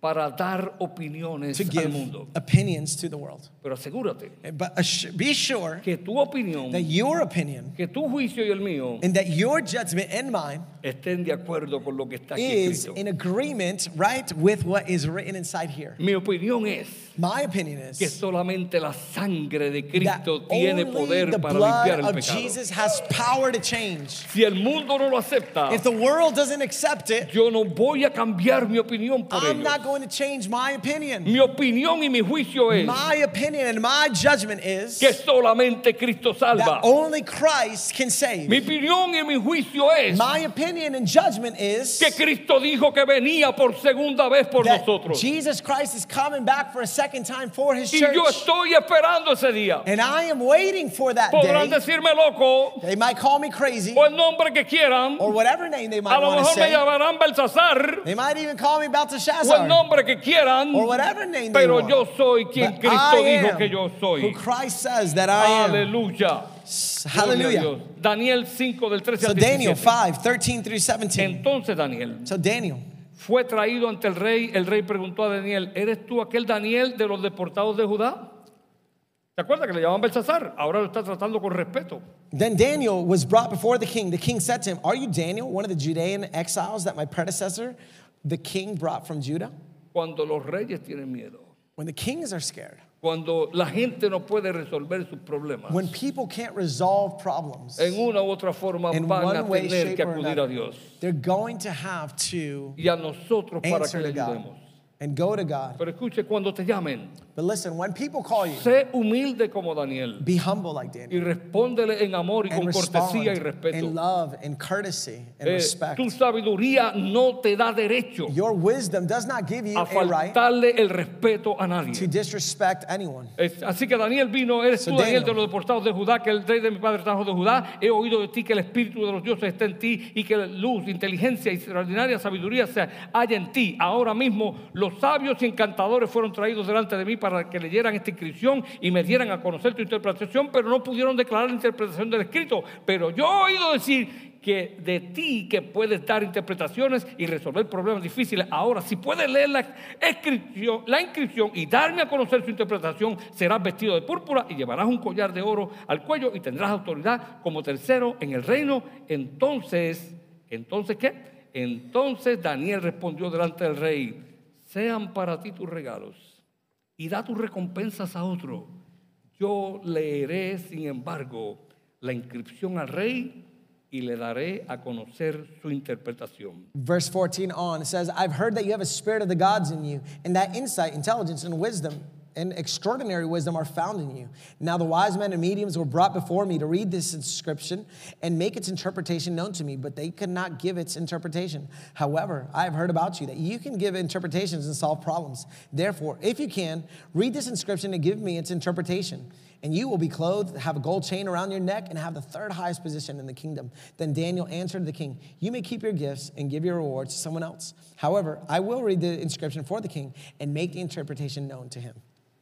[SPEAKER 2] para dar opiniones
[SPEAKER 1] to
[SPEAKER 2] al
[SPEAKER 1] give
[SPEAKER 2] mundo.
[SPEAKER 1] opinions to the world.
[SPEAKER 2] Pero asegúrate
[SPEAKER 1] But assu- be sure
[SPEAKER 2] que tu opinión,
[SPEAKER 1] that your opinion
[SPEAKER 2] que tu juicio y el mío
[SPEAKER 1] and that your judgment and mine
[SPEAKER 2] estén de acuerdo con lo que está aquí
[SPEAKER 1] is
[SPEAKER 2] escrito.
[SPEAKER 1] in agreement, right, with what is written inside here.
[SPEAKER 2] Mi opinión es
[SPEAKER 1] My opinion is
[SPEAKER 2] que solamente la sangre de
[SPEAKER 1] that
[SPEAKER 2] Cristo
[SPEAKER 1] only
[SPEAKER 2] tiene
[SPEAKER 1] the
[SPEAKER 2] poder para
[SPEAKER 1] blood
[SPEAKER 2] limpiar el
[SPEAKER 1] of
[SPEAKER 2] pecado.
[SPEAKER 1] Jesus has power to change.
[SPEAKER 2] Si el mundo no lo acepta,
[SPEAKER 1] If the world doesn't accept it,
[SPEAKER 2] yo no voy a cambiar mi opinión por
[SPEAKER 1] I'm
[SPEAKER 2] ello.
[SPEAKER 1] not going to change my opinion.
[SPEAKER 2] Mi opinión y mi juicio es
[SPEAKER 1] My opinion and my judgment is
[SPEAKER 2] que solamente Cristo salva.
[SPEAKER 1] that only Christ can save.
[SPEAKER 2] Mi opinión y mi juicio es
[SPEAKER 1] My opinion and judgment is
[SPEAKER 2] que Cristo dijo que venía por segunda vez por
[SPEAKER 1] that
[SPEAKER 2] nosotros. Y
[SPEAKER 1] Jesus Christ is coming back for a second time for his church.
[SPEAKER 2] yo estoy esperando ese día.
[SPEAKER 1] And I am waiting for that
[SPEAKER 2] Podrán
[SPEAKER 1] day.
[SPEAKER 2] decirme loco
[SPEAKER 1] They might call me crazy
[SPEAKER 2] o el nombre que quieran.
[SPEAKER 1] or whatever name they
[SPEAKER 2] A
[SPEAKER 1] might
[SPEAKER 2] lo
[SPEAKER 1] want to
[SPEAKER 2] mejor me
[SPEAKER 1] say.
[SPEAKER 2] llamarán Belsasar
[SPEAKER 1] They might even call me
[SPEAKER 2] o el
[SPEAKER 1] Belteshazzar
[SPEAKER 2] nombre que quieran.
[SPEAKER 1] or whatever name they
[SPEAKER 2] Pero yo
[SPEAKER 1] want.
[SPEAKER 2] soy quien
[SPEAKER 1] But I
[SPEAKER 2] Cristo dijo
[SPEAKER 1] am
[SPEAKER 2] que yo
[SPEAKER 1] who
[SPEAKER 2] soy.
[SPEAKER 1] Christ says that I am.
[SPEAKER 2] Aleluya. Gloria a
[SPEAKER 1] Hallelujah.
[SPEAKER 2] Dios. Daniel 5 del 13
[SPEAKER 1] So
[SPEAKER 2] al 17.
[SPEAKER 1] Daniel 5, 13 through 17.
[SPEAKER 2] Entonces Daniel
[SPEAKER 1] So Daniel,
[SPEAKER 2] fue traído ante el rey. El rey preguntó a Daniel, ¿eres tú aquel Daniel de los deportados de Judá? ¿Te acuerdas que le llamaban Belsasar? Ahora lo está tratando con respeto.
[SPEAKER 1] then Daniel was brought before the king. The king said to him, Are you Daniel, one of the Judean exiles that my predecessor, the king, brought from Judah?
[SPEAKER 2] Cuando los reyes tienen miedo,
[SPEAKER 1] When the kings are scared,
[SPEAKER 2] cuando la gente no puede resolver sus problemas,
[SPEAKER 1] when people can't resolve problems,
[SPEAKER 2] en una u otra forma
[SPEAKER 1] In
[SPEAKER 2] van
[SPEAKER 1] one
[SPEAKER 2] a
[SPEAKER 1] way,
[SPEAKER 2] tener
[SPEAKER 1] shape,
[SPEAKER 2] que
[SPEAKER 1] or
[SPEAKER 2] acudir a
[SPEAKER 1] another.
[SPEAKER 2] Dios
[SPEAKER 1] they're going to have to
[SPEAKER 2] y a nosotros para que
[SPEAKER 1] answer
[SPEAKER 2] le
[SPEAKER 1] to God
[SPEAKER 2] ayudemos.
[SPEAKER 1] and go to God.
[SPEAKER 2] Pero escuche, cuando te llamen,
[SPEAKER 1] But listen, when people call you,
[SPEAKER 2] sé humilde como Daniel
[SPEAKER 1] be humble like Daniel.
[SPEAKER 2] y respóndele en amor y
[SPEAKER 1] And
[SPEAKER 2] con cortesía y
[SPEAKER 1] respond
[SPEAKER 2] respeto.
[SPEAKER 1] in love and courtesy and
[SPEAKER 2] Eh,
[SPEAKER 1] respect.
[SPEAKER 2] tu sabiduría no te da derecho
[SPEAKER 1] Your wisdom does not give you
[SPEAKER 2] a
[SPEAKER 1] a right
[SPEAKER 2] faltarle el respeto a
[SPEAKER 1] to
[SPEAKER 2] nadie.
[SPEAKER 1] disrespect anyone.
[SPEAKER 2] Es- Así que Daniel vino, eres
[SPEAKER 1] So
[SPEAKER 2] tú Daniel de
[SPEAKER 1] Daniel-
[SPEAKER 2] los deportados de Judá, que el rey de mi padre trajo de Judá. He oído de ti que el espíritu de los dioses está en ti y que la luz, inteligencia y extraordinaria sabiduría se halla en ti. Ahora mismo los sabios y encantadores fueron traídos delante de mí para que leyeran esta inscripción y me dieran a conocer tu interpretación, pero no pudieron declarar la interpretación del escrito. Pero yo he oído decir que de ti que puedes dar interpretaciones y resolver problemas difíciles. Ahora, si puedes leer la inscripción, la inscripción y darme a conocer su interpretación, serás vestido de púrpura y llevarás un collar de oro al cuello y tendrás autoridad como tercero en el reino. Entonces, entonces qué? Entonces Daniel respondió delante del rey, sean para ti tus regalos y da tus recompensas a otro. Yo leeré, sin embargo, la inscripción al rey y le daré a conocer su interpretación.
[SPEAKER 1] Verse 14 on it says, I've heard that you have a spirit of the gods in you, and that insight, intelligence, and wisdom and extraordinary wisdom are found in you. Now the wise men and mediums were brought before me to read this inscription and make its interpretation known to me, but they could not give its interpretation. However, I have heard about you that you can give interpretations and solve problems. Therefore, if you can, read this inscription and give me its interpretation. And you will be clothed, have a gold chain around your neck, and have the third highest position in the kingdom. Then Daniel answered the king, You may keep your gifts and give your rewards to someone else. However, I will read the inscription for the king and make the interpretation known to him.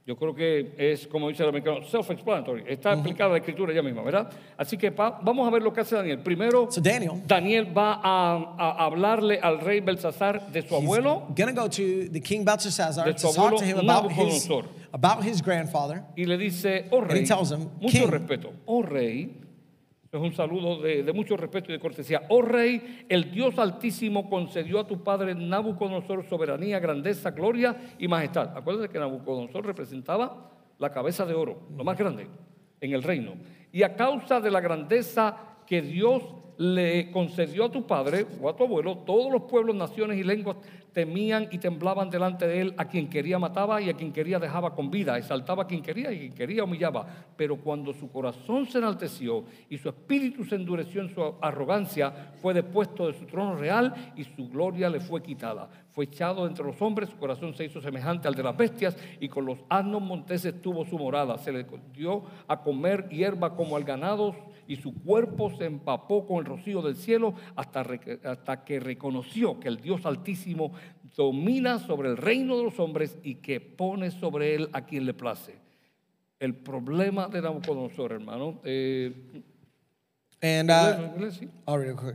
[SPEAKER 2] Yo creo que es, como dice el americano, self-explanatory. Está explicada la escritura ya misma, ¿verdad? Así que pa- vamos a ver lo que hace Daniel. Primero,
[SPEAKER 1] So Daniel,
[SPEAKER 2] Daniel va a, a hablarle al rey Belsasar de su abuelo
[SPEAKER 1] going to go to the king Belshazzar
[SPEAKER 2] De
[SPEAKER 1] to
[SPEAKER 2] su
[SPEAKER 1] talk
[SPEAKER 2] abuelo
[SPEAKER 1] to him about his,
[SPEAKER 2] Nabucodonosor.
[SPEAKER 1] about his grandfather.
[SPEAKER 2] y le dice, oh
[SPEAKER 1] he
[SPEAKER 2] rey,
[SPEAKER 1] tells him,
[SPEAKER 2] mucho
[SPEAKER 1] "King."
[SPEAKER 2] respeto, oh rey, es un saludo de, de mucho respeto y de cortesía, oh rey, el Dios altísimo concedió a tu padre Nabucodonosor soberanía, grandeza, gloria y majestad. Acuérdate que Nabucodonosor representaba la cabeza de oro, lo más grande en el reino. Y a causa de la grandeza que Dios le concedió a tu padre o a tu abuelo, todos los pueblos, naciones y lenguas temían y temblaban delante de él. A quien quería mataba y a quien quería dejaba con vida. Exaltaba a quien quería y a quien quería humillaba. Pero cuando su corazón se enalteció y su espíritu se endureció en su arrogancia, fue depuesto de su trono real y su gloria le fue quitada. Fue echado entre los hombres, su corazón se hizo semejante al de las bestias y con los asnos monteses tuvo su morada. Se le dio a comer hierba como al ganado y su cuerpo se empapó con el rocío del cielo hasta, re- hasta que reconoció que el Dios Altísimo domina sobre el reino de los hombres y que pone sobre él a quien le place. El problema de Nabucodonosor, hermano. eh,
[SPEAKER 1] And uh,
[SPEAKER 2] ¿inglés, sí?
[SPEAKER 1] I'll read it quick.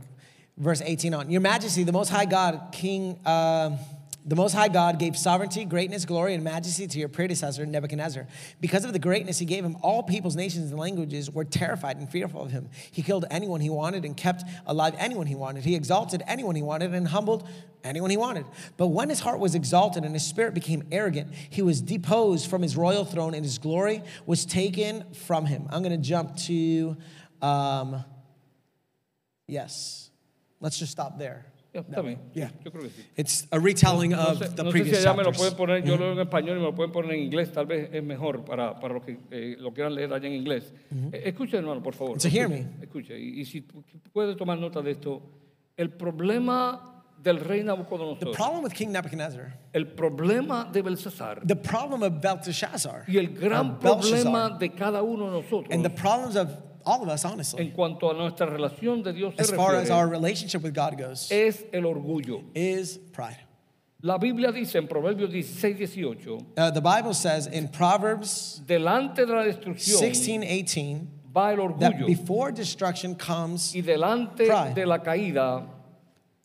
[SPEAKER 1] Verse 18 on. Your Majesty, the Most High God, King, uh, the Most High God gave sovereignty, greatness, glory, and majesty to your predecessor, Nebuchadnezzar. Because of the greatness he gave him, all peoples, nations, and languages were terrified and fearful of him. He killed anyone he wanted and kept alive anyone he wanted. He exalted anyone he wanted and humbled anyone he wanted. But when his heart was exalted and his spirit became arrogant, he was deposed from his royal throne and his glory was taken from him. I'm going to jump to. Um, Yes. Let's just stop there.
[SPEAKER 2] Ya, está bien.
[SPEAKER 1] Yeah.
[SPEAKER 2] Yo creo que sí.
[SPEAKER 1] It's a retelling
[SPEAKER 2] No
[SPEAKER 1] of
[SPEAKER 2] sé,
[SPEAKER 1] the
[SPEAKER 2] no sé si
[SPEAKER 1] previous
[SPEAKER 2] allá me lo pueden
[SPEAKER 1] chapters.
[SPEAKER 2] poner,
[SPEAKER 1] Mm-hmm.
[SPEAKER 2] yo lo leo en español y me lo pueden poner en inglés, tal vez es mejor para, para los que eh, lo quieran leer allá en inglés. Eh, escuchen, hermano, por favor.
[SPEAKER 1] Mm-hmm. To hear
[SPEAKER 2] escuchen, escuchen. Y, y si pu- puede tomar nota de esto, el problema del rey
[SPEAKER 1] The
[SPEAKER 2] Nabucodonosor,
[SPEAKER 1] problem with King Nebuchadnezzar,
[SPEAKER 2] el problema de Belsasar
[SPEAKER 1] the problem of Belteshazzar,
[SPEAKER 2] y el gran
[SPEAKER 1] of Belshazzar,
[SPEAKER 2] problema de cada uno de nosotros
[SPEAKER 1] and the problems of all of us,
[SPEAKER 2] en
[SPEAKER 1] honestly,
[SPEAKER 2] cuanto a nuestra relación de Dios se
[SPEAKER 1] as far as
[SPEAKER 2] refiere,
[SPEAKER 1] our relationship with God goes,
[SPEAKER 2] es el orgullo.
[SPEAKER 1] is pride.
[SPEAKER 2] La Biblia dice en Proverbios 16, 18,
[SPEAKER 1] Uh, the Bible says in Proverbs
[SPEAKER 2] delante de la destrucción
[SPEAKER 1] 16 18
[SPEAKER 2] va el
[SPEAKER 1] that
[SPEAKER 2] orgullo.
[SPEAKER 1] before destruction comes,
[SPEAKER 2] y delante
[SPEAKER 1] Pride.
[SPEAKER 2] de la caída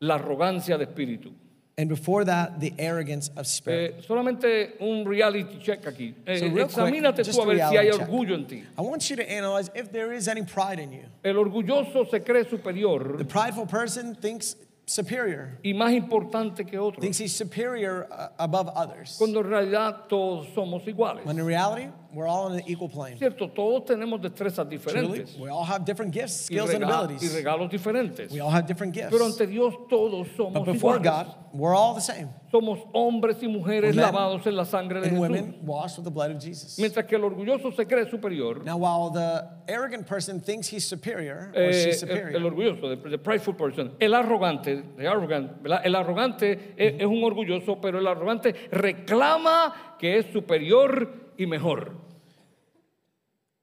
[SPEAKER 2] la arrogancia de espíritu.
[SPEAKER 1] and before that, the arrogance of spirit.
[SPEAKER 2] Eh, solamente un reality check aquí. Eh,
[SPEAKER 1] So real quick,
[SPEAKER 2] examínate
[SPEAKER 1] just
[SPEAKER 2] tú a
[SPEAKER 1] a
[SPEAKER 2] ver si
[SPEAKER 1] reality
[SPEAKER 2] hay
[SPEAKER 1] check.
[SPEAKER 2] orgullo en ti.
[SPEAKER 1] I want you to analyze if there is any pride in you.
[SPEAKER 2] El orgulloso se cree
[SPEAKER 1] The
[SPEAKER 2] superior
[SPEAKER 1] prideful person thinks superior.
[SPEAKER 2] y más importante que otro,
[SPEAKER 1] thinks he's superior uh, above others.
[SPEAKER 2] cuando en realidad todos somos iguales.
[SPEAKER 1] When in reality, we're all on an equal plane.
[SPEAKER 2] Cierto, todos tenemos destrezas
[SPEAKER 1] Truly,
[SPEAKER 2] diferentes
[SPEAKER 1] we all have different gifts,
[SPEAKER 2] y,
[SPEAKER 1] skills, and
[SPEAKER 2] rega- y
[SPEAKER 1] abilities.
[SPEAKER 2] regalos diferentes.
[SPEAKER 1] We all have different gifts.
[SPEAKER 2] ah, Pero ante Dios todos
[SPEAKER 1] But
[SPEAKER 2] somos
[SPEAKER 1] before
[SPEAKER 2] iguales.
[SPEAKER 1] God, we're all the same.
[SPEAKER 2] Somos hombres y mujeres
[SPEAKER 1] We're men
[SPEAKER 2] lavados en la sangre de
[SPEAKER 1] And
[SPEAKER 2] Jesús.
[SPEAKER 1] women washed with the blood of Jesus.
[SPEAKER 2] Mientras que el orgulloso se cree superior,
[SPEAKER 1] Now, while the arrogant person thinks he's superior or
[SPEAKER 2] Eh,
[SPEAKER 1] she's
[SPEAKER 2] el, el
[SPEAKER 1] superior,
[SPEAKER 2] orgulloso, the, the prideful person, el arrogante, the arrogant, ¿verdad? el arrogante es, es un orgulloso, pero el arrogante reclama que es superior y mejor.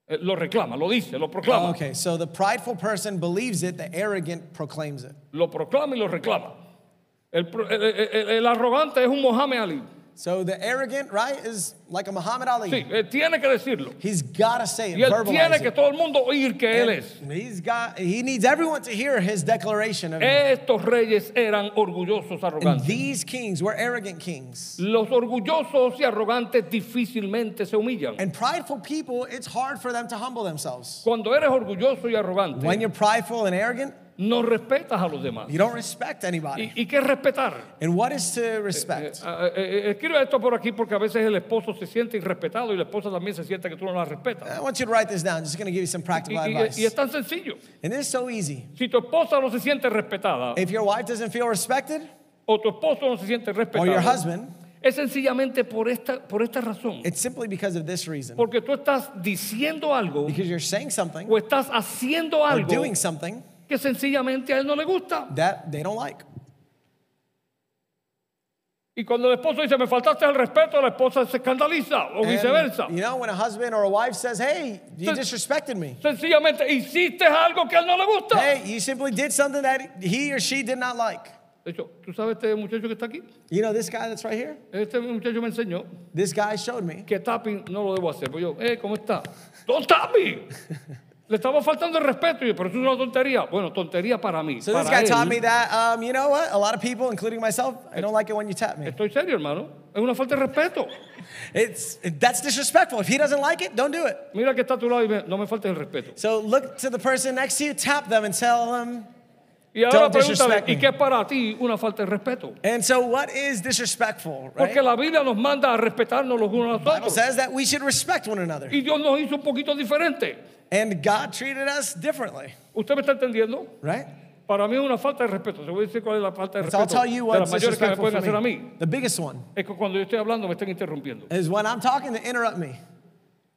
[SPEAKER 2] Eh, lo reclama, lo dice, lo proclama,
[SPEAKER 1] Oh, okay, so the prideful person believes it, the arrogant proclaims it.
[SPEAKER 2] lo proclama y lo reclama. El, pro- el- el- el- el arrogante es un Mohamed Ali.
[SPEAKER 1] So the arrogant, right, is like a Muhammad Ali.
[SPEAKER 2] Sí, él tiene que decirlo.
[SPEAKER 1] He's got to say it,
[SPEAKER 2] Y él
[SPEAKER 1] verbalize
[SPEAKER 2] tiene
[SPEAKER 1] it. Eh.
[SPEAKER 2] que todo el mundo oír que él es.
[SPEAKER 1] He's got. He needs everyone to hear his declaration of.
[SPEAKER 2] Estos reyes eran orgullosos,
[SPEAKER 1] And
[SPEAKER 2] arrogantes.
[SPEAKER 1] these kings were arrogant kings.
[SPEAKER 2] Los orgullosos y arrogantes difícilmente se humillan.
[SPEAKER 1] And prideful people, it's hard for them to humble themselves.
[SPEAKER 2] Cuando eres orgulloso y arrogante,
[SPEAKER 1] When you're prideful and arrogant,
[SPEAKER 2] no respetas a los demás.
[SPEAKER 1] you don't respect anybody.
[SPEAKER 2] ¿Y, y qué es respetar?
[SPEAKER 1] And what is to respect?
[SPEAKER 2] Ah, eh, eh, escribe esto por aquí porque a veces el esposo se siente irrespetado y la esposa también se siente que tú no la respetas.
[SPEAKER 1] I want you to write this down. Just going to give you some
[SPEAKER 2] Y,
[SPEAKER 1] practical
[SPEAKER 2] y-
[SPEAKER 1] advice.
[SPEAKER 2] y es tan sencillo.
[SPEAKER 1] And this is so easy.
[SPEAKER 2] Si tu esposa no se siente respetada
[SPEAKER 1] If your wife doesn't feel respected,
[SPEAKER 2] o tu esposo no se siente
[SPEAKER 1] Eh, or your
[SPEAKER 2] respetado,
[SPEAKER 1] husband, Eh,
[SPEAKER 2] es sencillamente por esta, por esta razón.
[SPEAKER 1] it's simply because of this reason.
[SPEAKER 2] Porque tú estás diciendo algo
[SPEAKER 1] Because you're saying something
[SPEAKER 2] o estás haciendo
[SPEAKER 1] or
[SPEAKER 2] algo
[SPEAKER 1] doing something
[SPEAKER 2] que sencillamente a él no le gusta.
[SPEAKER 1] that they don't like.
[SPEAKER 2] Y cuando el esposo dice, me faltaste el respeto, la esposa se escandaliza o
[SPEAKER 1] And,
[SPEAKER 2] viceversa.
[SPEAKER 1] you know, when a husband or a wife says, hey, you disrespected me.
[SPEAKER 2] Sencillamente hiciste algo que a él no le gusta.
[SPEAKER 1] Hey, you simply did something that he or she did not like.
[SPEAKER 2] De hecho, ¿tú sabes este muchacho que está aquí?
[SPEAKER 1] You know, this guy that's right here,
[SPEAKER 2] Este muchacho me enseñó
[SPEAKER 1] this guy showed me.
[SPEAKER 2] que tapping no lo debo hacer. Pues yo, eh, ¿cómo está? ¡Don't tap
[SPEAKER 1] <laughs>
[SPEAKER 2] me! Le estaba faltando el respeto. Y yo, pero eso es una tontería. Bueno, tontería para mí.
[SPEAKER 1] So this
[SPEAKER 2] para
[SPEAKER 1] guy
[SPEAKER 2] él.
[SPEAKER 1] taught me that, um, you know what? A lot of people, including myself, I don't like it when you
[SPEAKER 2] <laughs>
[SPEAKER 1] tap me.
[SPEAKER 2] Estoy serio, hermano. Es una falta de respeto.
[SPEAKER 1] It's that's disrespectful. If he doesn't like it, don't do it.
[SPEAKER 2] Mira que está a tu lado y ve, no me faltes el respeto.
[SPEAKER 1] So look to the person next to you, tap them, and tell them.
[SPEAKER 2] Y ahora
[SPEAKER 1] Don't disrespect
[SPEAKER 2] pregúntale, ¿y
[SPEAKER 1] me.
[SPEAKER 2] qué es para ti una falta de respeto?
[SPEAKER 1] And so, what is disrespectful? Right?
[SPEAKER 2] Porque la Biblia nos manda a respetarnos los unos a los
[SPEAKER 1] Bible
[SPEAKER 2] otros.
[SPEAKER 1] says that we should respect one another,
[SPEAKER 2] Y Dios nos hizo un poquito diferente.
[SPEAKER 1] and God treated us differently,
[SPEAKER 2] ¿Usted me está entendiendo?
[SPEAKER 1] right?
[SPEAKER 2] Para mí es una falta de respeto. Se voy a decir cuál es la falta de
[SPEAKER 1] So I'll
[SPEAKER 2] respeto
[SPEAKER 1] tell you
[SPEAKER 2] de las
[SPEAKER 1] what's
[SPEAKER 2] mayores que me
[SPEAKER 1] disrespectful
[SPEAKER 2] pueden hacer
[SPEAKER 1] for
[SPEAKER 2] a
[SPEAKER 1] me.
[SPEAKER 2] mí.
[SPEAKER 1] The biggest one
[SPEAKER 2] Es que cuando yo estoy hablando me están interrumpiendo.
[SPEAKER 1] is when I'm talking to interrupt me.
[SPEAKER 2] Sí,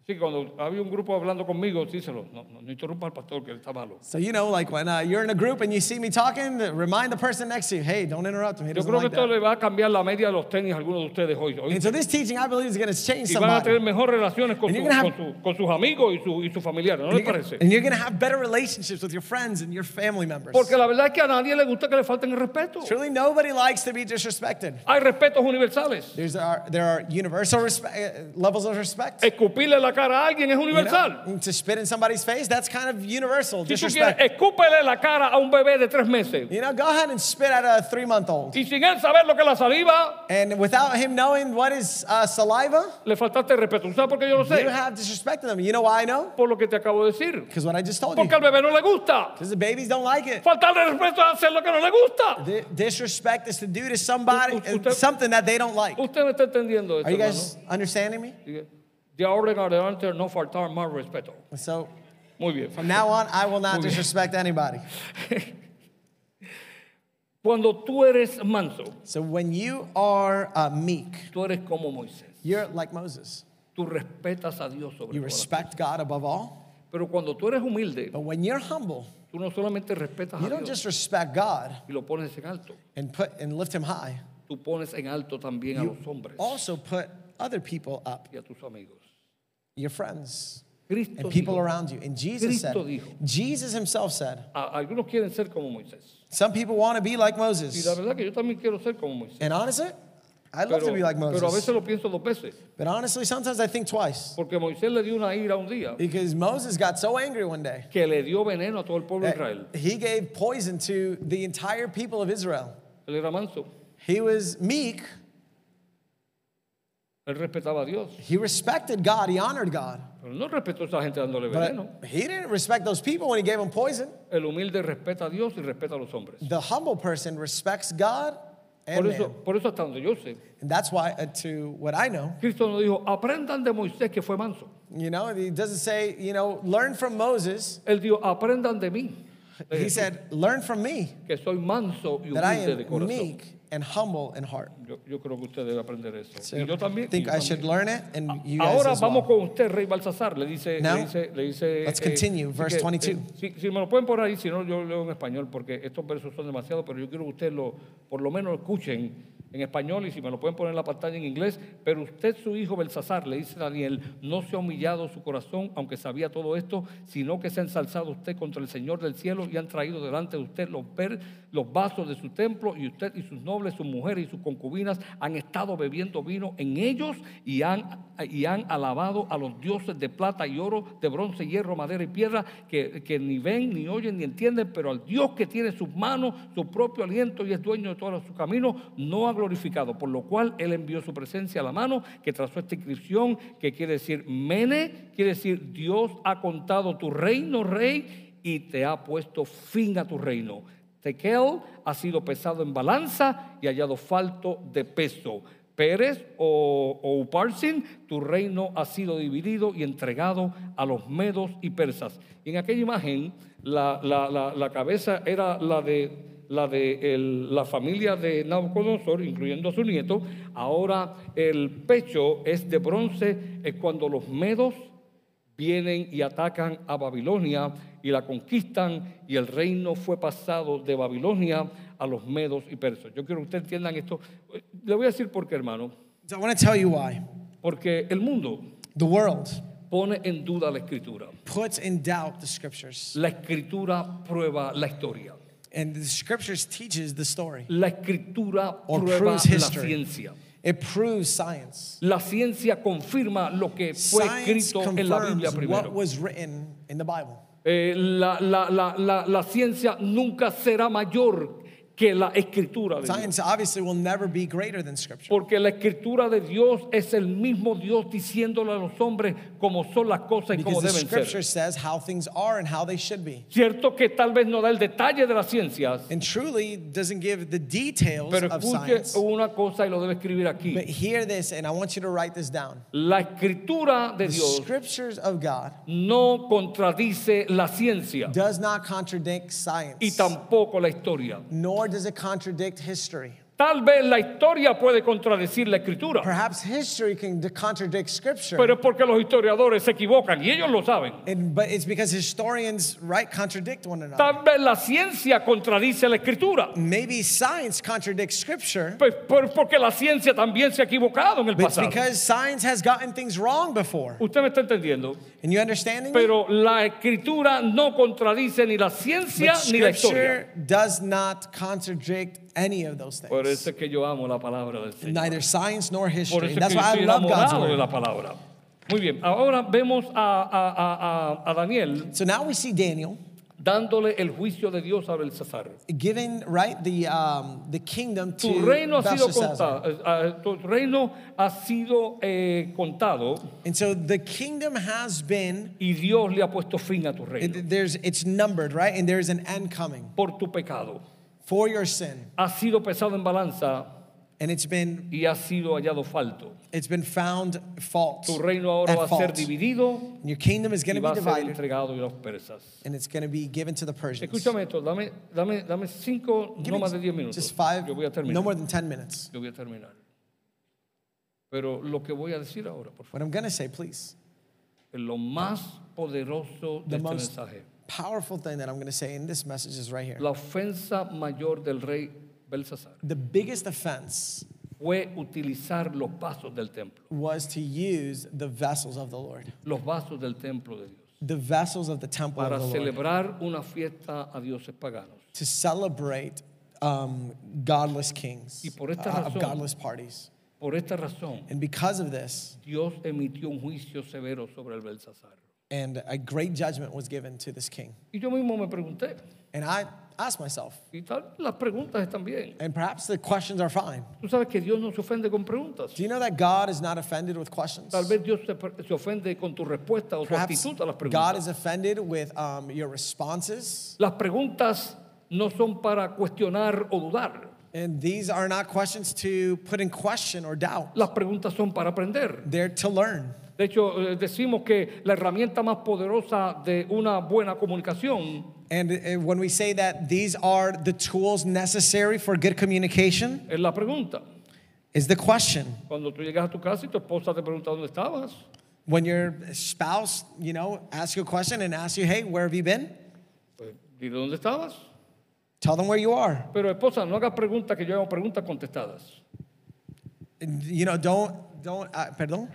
[SPEAKER 2] Sí, cuando había un grupo hablando conmigo, díselo, no, no, no interrumpa al pastor que él está malo.
[SPEAKER 1] So you know, like when uh, you're in a group and you see me talking, remind the person next to you, hey, don't interrupt me. He
[SPEAKER 2] Yo
[SPEAKER 1] doesn't
[SPEAKER 2] creo que
[SPEAKER 1] like
[SPEAKER 2] esto
[SPEAKER 1] that.
[SPEAKER 2] le va a cambiar la media de los tenis a algunos de ustedes hoy. hoy.
[SPEAKER 1] And so this teaching, I believe, is going to change
[SPEAKER 2] Y van a
[SPEAKER 1] somebody.
[SPEAKER 2] tener mejores relaciones con,
[SPEAKER 1] And
[SPEAKER 2] su-
[SPEAKER 1] you're gonna have-
[SPEAKER 2] con su- con sus amigos y, su- y sus familiares, ¿no
[SPEAKER 1] And
[SPEAKER 2] les
[SPEAKER 1] you're, gonna,
[SPEAKER 2] parece?
[SPEAKER 1] and you're gonna have better relationships with your friends and your family members.
[SPEAKER 2] Porque la verdad es que a nadie le gusta que le falten el respeto.
[SPEAKER 1] Truly, nobody likes to be disrespected.
[SPEAKER 2] Hay respetos universales.
[SPEAKER 1] There's are, there are universal respe- uh, levels of respect.
[SPEAKER 2] Escupirle la cara a alguien es
[SPEAKER 1] you know?
[SPEAKER 2] universal.
[SPEAKER 1] And to spit in somebody's face, that's kind of universal
[SPEAKER 2] Si tú quieres,
[SPEAKER 1] disrespect.
[SPEAKER 2] escúpele la cara a un bebé de tres meses.
[SPEAKER 1] You know, go ahead and spit at a three-month-old,
[SPEAKER 2] Y sin él saber lo que es la saliva,
[SPEAKER 1] and without him knowing what is uh, saliva,
[SPEAKER 2] le faltaste el respeto. ¿Tú ¿Sabes por qué yo lo
[SPEAKER 1] you
[SPEAKER 2] sé?
[SPEAKER 1] have disrespected them. You know why I know?
[SPEAKER 2] Por lo que te acabo de decir.
[SPEAKER 1] Because what I just told you.
[SPEAKER 2] Porque al bebé no le gusta.
[SPEAKER 1] Because the babies don't like it.
[SPEAKER 2] Faltarle el respeto es hacer lo que no le gusta.
[SPEAKER 1] Di- disrespect is to do to somebody
[SPEAKER 2] U- u-
[SPEAKER 1] uh,
[SPEAKER 2] usted-
[SPEAKER 1] something that they don't like.
[SPEAKER 2] Usted me está entendiendo
[SPEAKER 1] Are
[SPEAKER 2] esto,
[SPEAKER 1] you
[SPEAKER 2] hermano.
[SPEAKER 1] guys understanding me?
[SPEAKER 2] Sigue. De ahora en adelante no faltar más respeto.
[SPEAKER 1] So
[SPEAKER 2] Muy bien.
[SPEAKER 1] from now on, I will not
[SPEAKER 2] Muy bien.
[SPEAKER 1] disrespect anybody.
[SPEAKER 2] Cuando tú eres manso,
[SPEAKER 1] So when you are uh, meek,
[SPEAKER 2] tú eres como Moisés.
[SPEAKER 1] you're like Moses.
[SPEAKER 2] Tú respetas a Dios sobre
[SPEAKER 1] You
[SPEAKER 2] todo.
[SPEAKER 1] respect God above all.
[SPEAKER 2] Pero cuando tú eres humilde,
[SPEAKER 1] But when you're humble,
[SPEAKER 2] tú no solamente respetas
[SPEAKER 1] you
[SPEAKER 2] a
[SPEAKER 1] don't
[SPEAKER 2] Dios
[SPEAKER 1] just respect God
[SPEAKER 2] y lo pones en alto,
[SPEAKER 1] and put and lift him high.
[SPEAKER 2] tú pones en alto también a los hombres
[SPEAKER 1] Also put other people up,
[SPEAKER 2] y a tus amigos.
[SPEAKER 1] your friends
[SPEAKER 2] Cristo
[SPEAKER 1] and people
[SPEAKER 2] dijo,
[SPEAKER 1] around you. And Jesus said,
[SPEAKER 2] Cristo dijo.
[SPEAKER 1] Jesus himself said,
[SPEAKER 2] a- algunos quieren ser como Moisés.
[SPEAKER 1] some people want to be like
[SPEAKER 2] Y la
[SPEAKER 1] Moses.
[SPEAKER 2] verdad que yo también quiero ser como Moisés.
[SPEAKER 1] And honestly, I'd love
[SPEAKER 2] Pero,
[SPEAKER 1] to be like
[SPEAKER 2] pero a
[SPEAKER 1] Moses.
[SPEAKER 2] veces lo pienso dos veces,
[SPEAKER 1] But honestly, sometimes I think twice
[SPEAKER 2] porque Moisés le dio una ira un día
[SPEAKER 1] because Moses got so angry one day
[SPEAKER 2] que le dio veneno a todo el pueblo
[SPEAKER 1] Eh.
[SPEAKER 2] de Israel.
[SPEAKER 1] that he gave poison to the entire people of Israel.
[SPEAKER 2] Él era manso,
[SPEAKER 1] He was meek,
[SPEAKER 2] él respetaba a Dios,
[SPEAKER 1] he respected God, he honored God.
[SPEAKER 2] pero no respetó a esa gente dándole veneno.
[SPEAKER 1] But he didn't respect those people when he gave them poison.
[SPEAKER 2] El humilde respeta a Dios y respeta a los hombres.
[SPEAKER 1] The humble person respects God and
[SPEAKER 2] Por
[SPEAKER 1] man.
[SPEAKER 2] eso, por eso hasta donde yo sé,
[SPEAKER 1] And that's why, uh, to what I know,
[SPEAKER 2] Cristo nos dijo, aprendan de Moisés que fue manso.
[SPEAKER 1] you know, he doesn't say, you know, learn from Moses.
[SPEAKER 2] Él dijo, aprendan de mí, de
[SPEAKER 1] He
[SPEAKER 2] Jesús,
[SPEAKER 1] said, learn from me
[SPEAKER 2] que soy manso y
[SPEAKER 1] that I
[SPEAKER 2] humilde de
[SPEAKER 1] am
[SPEAKER 2] corazón.
[SPEAKER 1] meek and humble in heart.
[SPEAKER 2] Yo, yo creo que usted debe aprender eso.
[SPEAKER 1] So
[SPEAKER 2] y yo
[SPEAKER 1] I
[SPEAKER 2] también. y
[SPEAKER 1] think
[SPEAKER 2] yo
[SPEAKER 1] I
[SPEAKER 2] también.
[SPEAKER 1] should learn it, and you guys
[SPEAKER 2] Ahora
[SPEAKER 1] as
[SPEAKER 2] vamos
[SPEAKER 1] well.
[SPEAKER 2] con usted, Rey Balsasar. Le dice.
[SPEAKER 1] Now,
[SPEAKER 2] le dice, le dice
[SPEAKER 1] let's
[SPEAKER 2] eh,
[SPEAKER 1] continue,
[SPEAKER 2] así
[SPEAKER 1] verse
[SPEAKER 2] que,
[SPEAKER 1] 22.
[SPEAKER 2] eh, si, si me lo pueden poner ahí, si no, yo leo en español, porque estos versos son demasiados, pero yo quiero que ustedes lo, por lo menos lo escuchen en español y si me lo pueden poner en la pantalla en inglés. Pero usted, su hijo Belsasar, le dice Daniel, no se ha humillado su corazón, aunque sabía todo esto, sino que se ha ensalzado usted contra el Señor del cielo y han traído delante de usted los, ver- los vasos de su templo y usted y sus nobles, sus mujeres y sus concubinas han estado bebiendo vino en ellos y han, y han alabado a los dioses de plata y oro, de bronce, hierro, madera y piedra, que, que ni ven, ni oyen, ni entienden, pero al Dios que tiene en sus manos, su propio aliento y es dueño de todos sus caminos, no ha glorificado, por lo cual Él envió su presencia a la mano, que trazó esta inscripción, que quiere decir mene, quiere decir Dios ha contado tu reino, rey, y te ha puesto fin a tu reino. Tekel ha sido pesado en balanza y hallado falto de peso. Pérez o, o Uparsin, tu reino ha sido dividido y entregado a los medos y persas. Y en aquella imagen, la, la- la- la cabeza era la de, la, de el- la familia de Nabucodonosor, incluyendo a su nieto. Ahora el pecho es de bronce, es cuando los medos vienen y atacan a Babilonia y la conquistan y el reino fue pasado de Babilonia a los medos y persas. Yo quiero que ustedes entiendan esto. Le voy a decir por qué, hermano.
[SPEAKER 1] So I want to tell you why.
[SPEAKER 2] Porque el mundo
[SPEAKER 1] The world
[SPEAKER 2] pone en duda la escritura.
[SPEAKER 1] puts in doubt the scriptures,
[SPEAKER 2] La escritura prueba la historia.
[SPEAKER 1] and the scriptures teaches the story.
[SPEAKER 2] La escritura
[SPEAKER 1] Or
[SPEAKER 2] prueba la
[SPEAKER 1] proves history.
[SPEAKER 2] ciencia.
[SPEAKER 1] It proves science.
[SPEAKER 2] La ciencia confirma lo que fue
[SPEAKER 1] Science
[SPEAKER 2] escrito en la Biblia
[SPEAKER 1] confirms what
[SPEAKER 2] primero.
[SPEAKER 1] was written in the Bible.
[SPEAKER 2] Eh, la, la- la- la- la ciencia nunca será mayor que la escritura de Dios.
[SPEAKER 1] Science obviously will never be greater than scripture
[SPEAKER 2] Porque la escritura de Dios es el mismo Dios diciéndole a los hombres cómo son las cosas y cómo
[SPEAKER 1] because the
[SPEAKER 2] deben ser.
[SPEAKER 1] scripture says how things are and how they should be.
[SPEAKER 2] Cierto que tal vez no da el detalle de las ciencias,
[SPEAKER 1] And truly doesn't give the details
[SPEAKER 2] pero
[SPEAKER 1] of
[SPEAKER 2] escuche
[SPEAKER 1] science.
[SPEAKER 2] una cosa y lo debe escribir aquí.
[SPEAKER 1] But hear this, and I want you to write this down.
[SPEAKER 2] La escritura de
[SPEAKER 1] The
[SPEAKER 2] Dios
[SPEAKER 1] scriptures of God
[SPEAKER 2] no contradice la ciencia
[SPEAKER 1] does not contradict
[SPEAKER 2] y
[SPEAKER 1] science,
[SPEAKER 2] tampoco la historia.
[SPEAKER 1] nor does it contradict history.
[SPEAKER 2] Tal vez la historia puede contradecir la escritura,
[SPEAKER 1] Perhaps history can contradict scripture.
[SPEAKER 2] pero es porque los historiadores se equivocan y ellos lo saben.
[SPEAKER 1] And- but it's because historians, right, contradict one another.
[SPEAKER 2] Tal vez la ciencia contradice la escritura,
[SPEAKER 1] Maybe science contradicts scripture,
[SPEAKER 2] pues, pues porque la ciencia también se ha equivocado en el
[SPEAKER 1] but it's
[SPEAKER 2] pasado.
[SPEAKER 1] because science has gotten things wrong before.
[SPEAKER 2] Usted me está entendiendo,
[SPEAKER 1] And you understanding? me?
[SPEAKER 2] pero la escritura no contradice ni la ciencia
[SPEAKER 1] But
[SPEAKER 2] ni la historia.
[SPEAKER 1] scripture does not contradict any of those
[SPEAKER 2] Por
[SPEAKER 1] things.
[SPEAKER 2] eso es que yo amo la palabra del Señor.
[SPEAKER 1] Neither science nor
[SPEAKER 2] Por eso
[SPEAKER 1] history. And
[SPEAKER 2] es que
[SPEAKER 1] that's
[SPEAKER 2] yo
[SPEAKER 1] why I
[SPEAKER 2] estoy
[SPEAKER 1] love God's
[SPEAKER 2] enamorado de
[SPEAKER 1] word.
[SPEAKER 2] la palabra. Muy bien, ahora vemos a, a- a- a Daniel
[SPEAKER 1] So now we see Daniel
[SPEAKER 2] dándole el juicio de Dios a Belsasar.
[SPEAKER 1] giving right the um, the kingdom to
[SPEAKER 2] Tu reino ha sido
[SPEAKER 1] Belshazzar.
[SPEAKER 2] contado, eh, eh, tu reino ha sido eh, contado
[SPEAKER 1] And so the kingdom has been
[SPEAKER 2] y Dios le ha puesto fin a tu reino
[SPEAKER 1] it- there's it's numbered right, and there's an end coming
[SPEAKER 2] por tu pecado.
[SPEAKER 1] for your sin,
[SPEAKER 2] Ha sido pesado en balanza
[SPEAKER 1] and it's been
[SPEAKER 2] y ha sido hallado falto.
[SPEAKER 1] it's been found fault.
[SPEAKER 2] Tu reino ahora
[SPEAKER 1] at
[SPEAKER 2] va a
[SPEAKER 1] fault.
[SPEAKER 2] ser dividido
[SPEAKER 1] And your kingdom is going
[SPEAKER 2] y
[SPEAKER 1] to
[SPEAKER 2] va
[SPEAKER 1] be
[SPEAKER 2] a ser
[SPEAKER 1] divided,
[SPEAKER 2] entregado a los persas.
[SPEAKER 1] and it's going to be given to the Persians.
[SPEAKER 2] Escúchame esto, dame, dame, dame cinco,
[SPEAKER 1] Give
[SPEAKER 2] no
[SPEAKER 1] me
[SPEAKER 2] más de diez minutos.
[SPEAKER 1] Just five,
[SPEAKER 2] Yo voy a terminar.
[SPEAKER 1] no more than ten minutes.
[SPEAKER 2] Yo voy a terminar. Pero lo que voy a decir ahora, por favor,
[SPEAKER 1] What I'm going to say, please.
[SPEAKER 2] es lo más poderoso de
[SPEAKER 1] The
[SPEAKER 2] este
[SPEAKER 1] most
[SPEAKER 2] mensaje.
[SPEAKER 1] powerful thing that I'm going to say in this message is right here.
[SPEAKER 2] La ofensa mayor del rey Belsasar
[SPEAKER 1] The biggest offense
[SPEAKER 2] fue utilizar los vasos del templo,
[SPEAKER 1] was to use the vessels of the Lord,
[SPEAKER 2] los vasos del templo de Dios,
[SPEAKER 1] the vessels of the temple
[SPEAKER 2] para
[SPEAKER 1] of the Lord,
[SPEAKER 2] celebrar una fiesta a dioses paganos.
[SPEAKER 1] to celebrate um, godless kings
[SPEAKER 2] Y por esta
[SPEAKER 1] uh, of
[SPEAKER 2] razón-
[SPEAKER 1] godless parties.
[SPEAKER 2] Por esta razón,
[SPEAKER 1] And because of this,
[SPEAKER 2] Dios emitió un juicio severo sobre el Belsasar.
[SPEAKER 1] and a great judgment was given to this king.
[SPEAKER 2] Y yo mismo me pregunté,
[SPEAKER 1] And I asked myself,
[SPEAKER 2] y tal, las preguntas están bien.
[SPEAKER 1] and perhaps the questions are fine.
[SPEAKER 2] Tú sabes que Dios no se ofende con preguntas.
[SPEAKER 1] Do you know that God is not offended with questions?
[SPEAKER 2] Tal vez Dios se, se ofende con tu respuesta o tu
[SPEAKER 1] Perhaps
[SPEAKER 2] actitud a las
[SPEAKER 1] God
[SPEAKER 2] preguntas.
[SPEAKER 1] is offended with um, your responses.
[SPEAKER 2] Las preguntas no son para cuestionar o dudar.
[SPEAKER 1] And these are not questions to put in question or doubt.
[SPEAKER 2] Las preguntas son para aprender.
[SPEAKER 1] They're to learn.
[SPEAKER 2] De hecho, eh, decimos que la herramienta más poderosa de una buena comunicación
[SPEAKER 1] And uh, when we say that these are the tools necessary for good communication,
[SPEAKER 2] es la pregunta.
[SPEAKER 1] is the question.
[SPEAKER 2] Cuando tú llegas a tu casa y tu esposa te pregunta dónde estabas,
[SPEAKER 1] When your spouse, you know, asks you a question and asks you, hey, where have you been?
[SPEAKER 2] pues dile dónde estabas.
[SPEAKER 1] Tell them where you are.
[SPEAKER 2] Pero esposa, no hagas preguntas que yo hago preguntas contestadas.
[SPEAKER 1] And, you know, don't, don't, uh, perdón?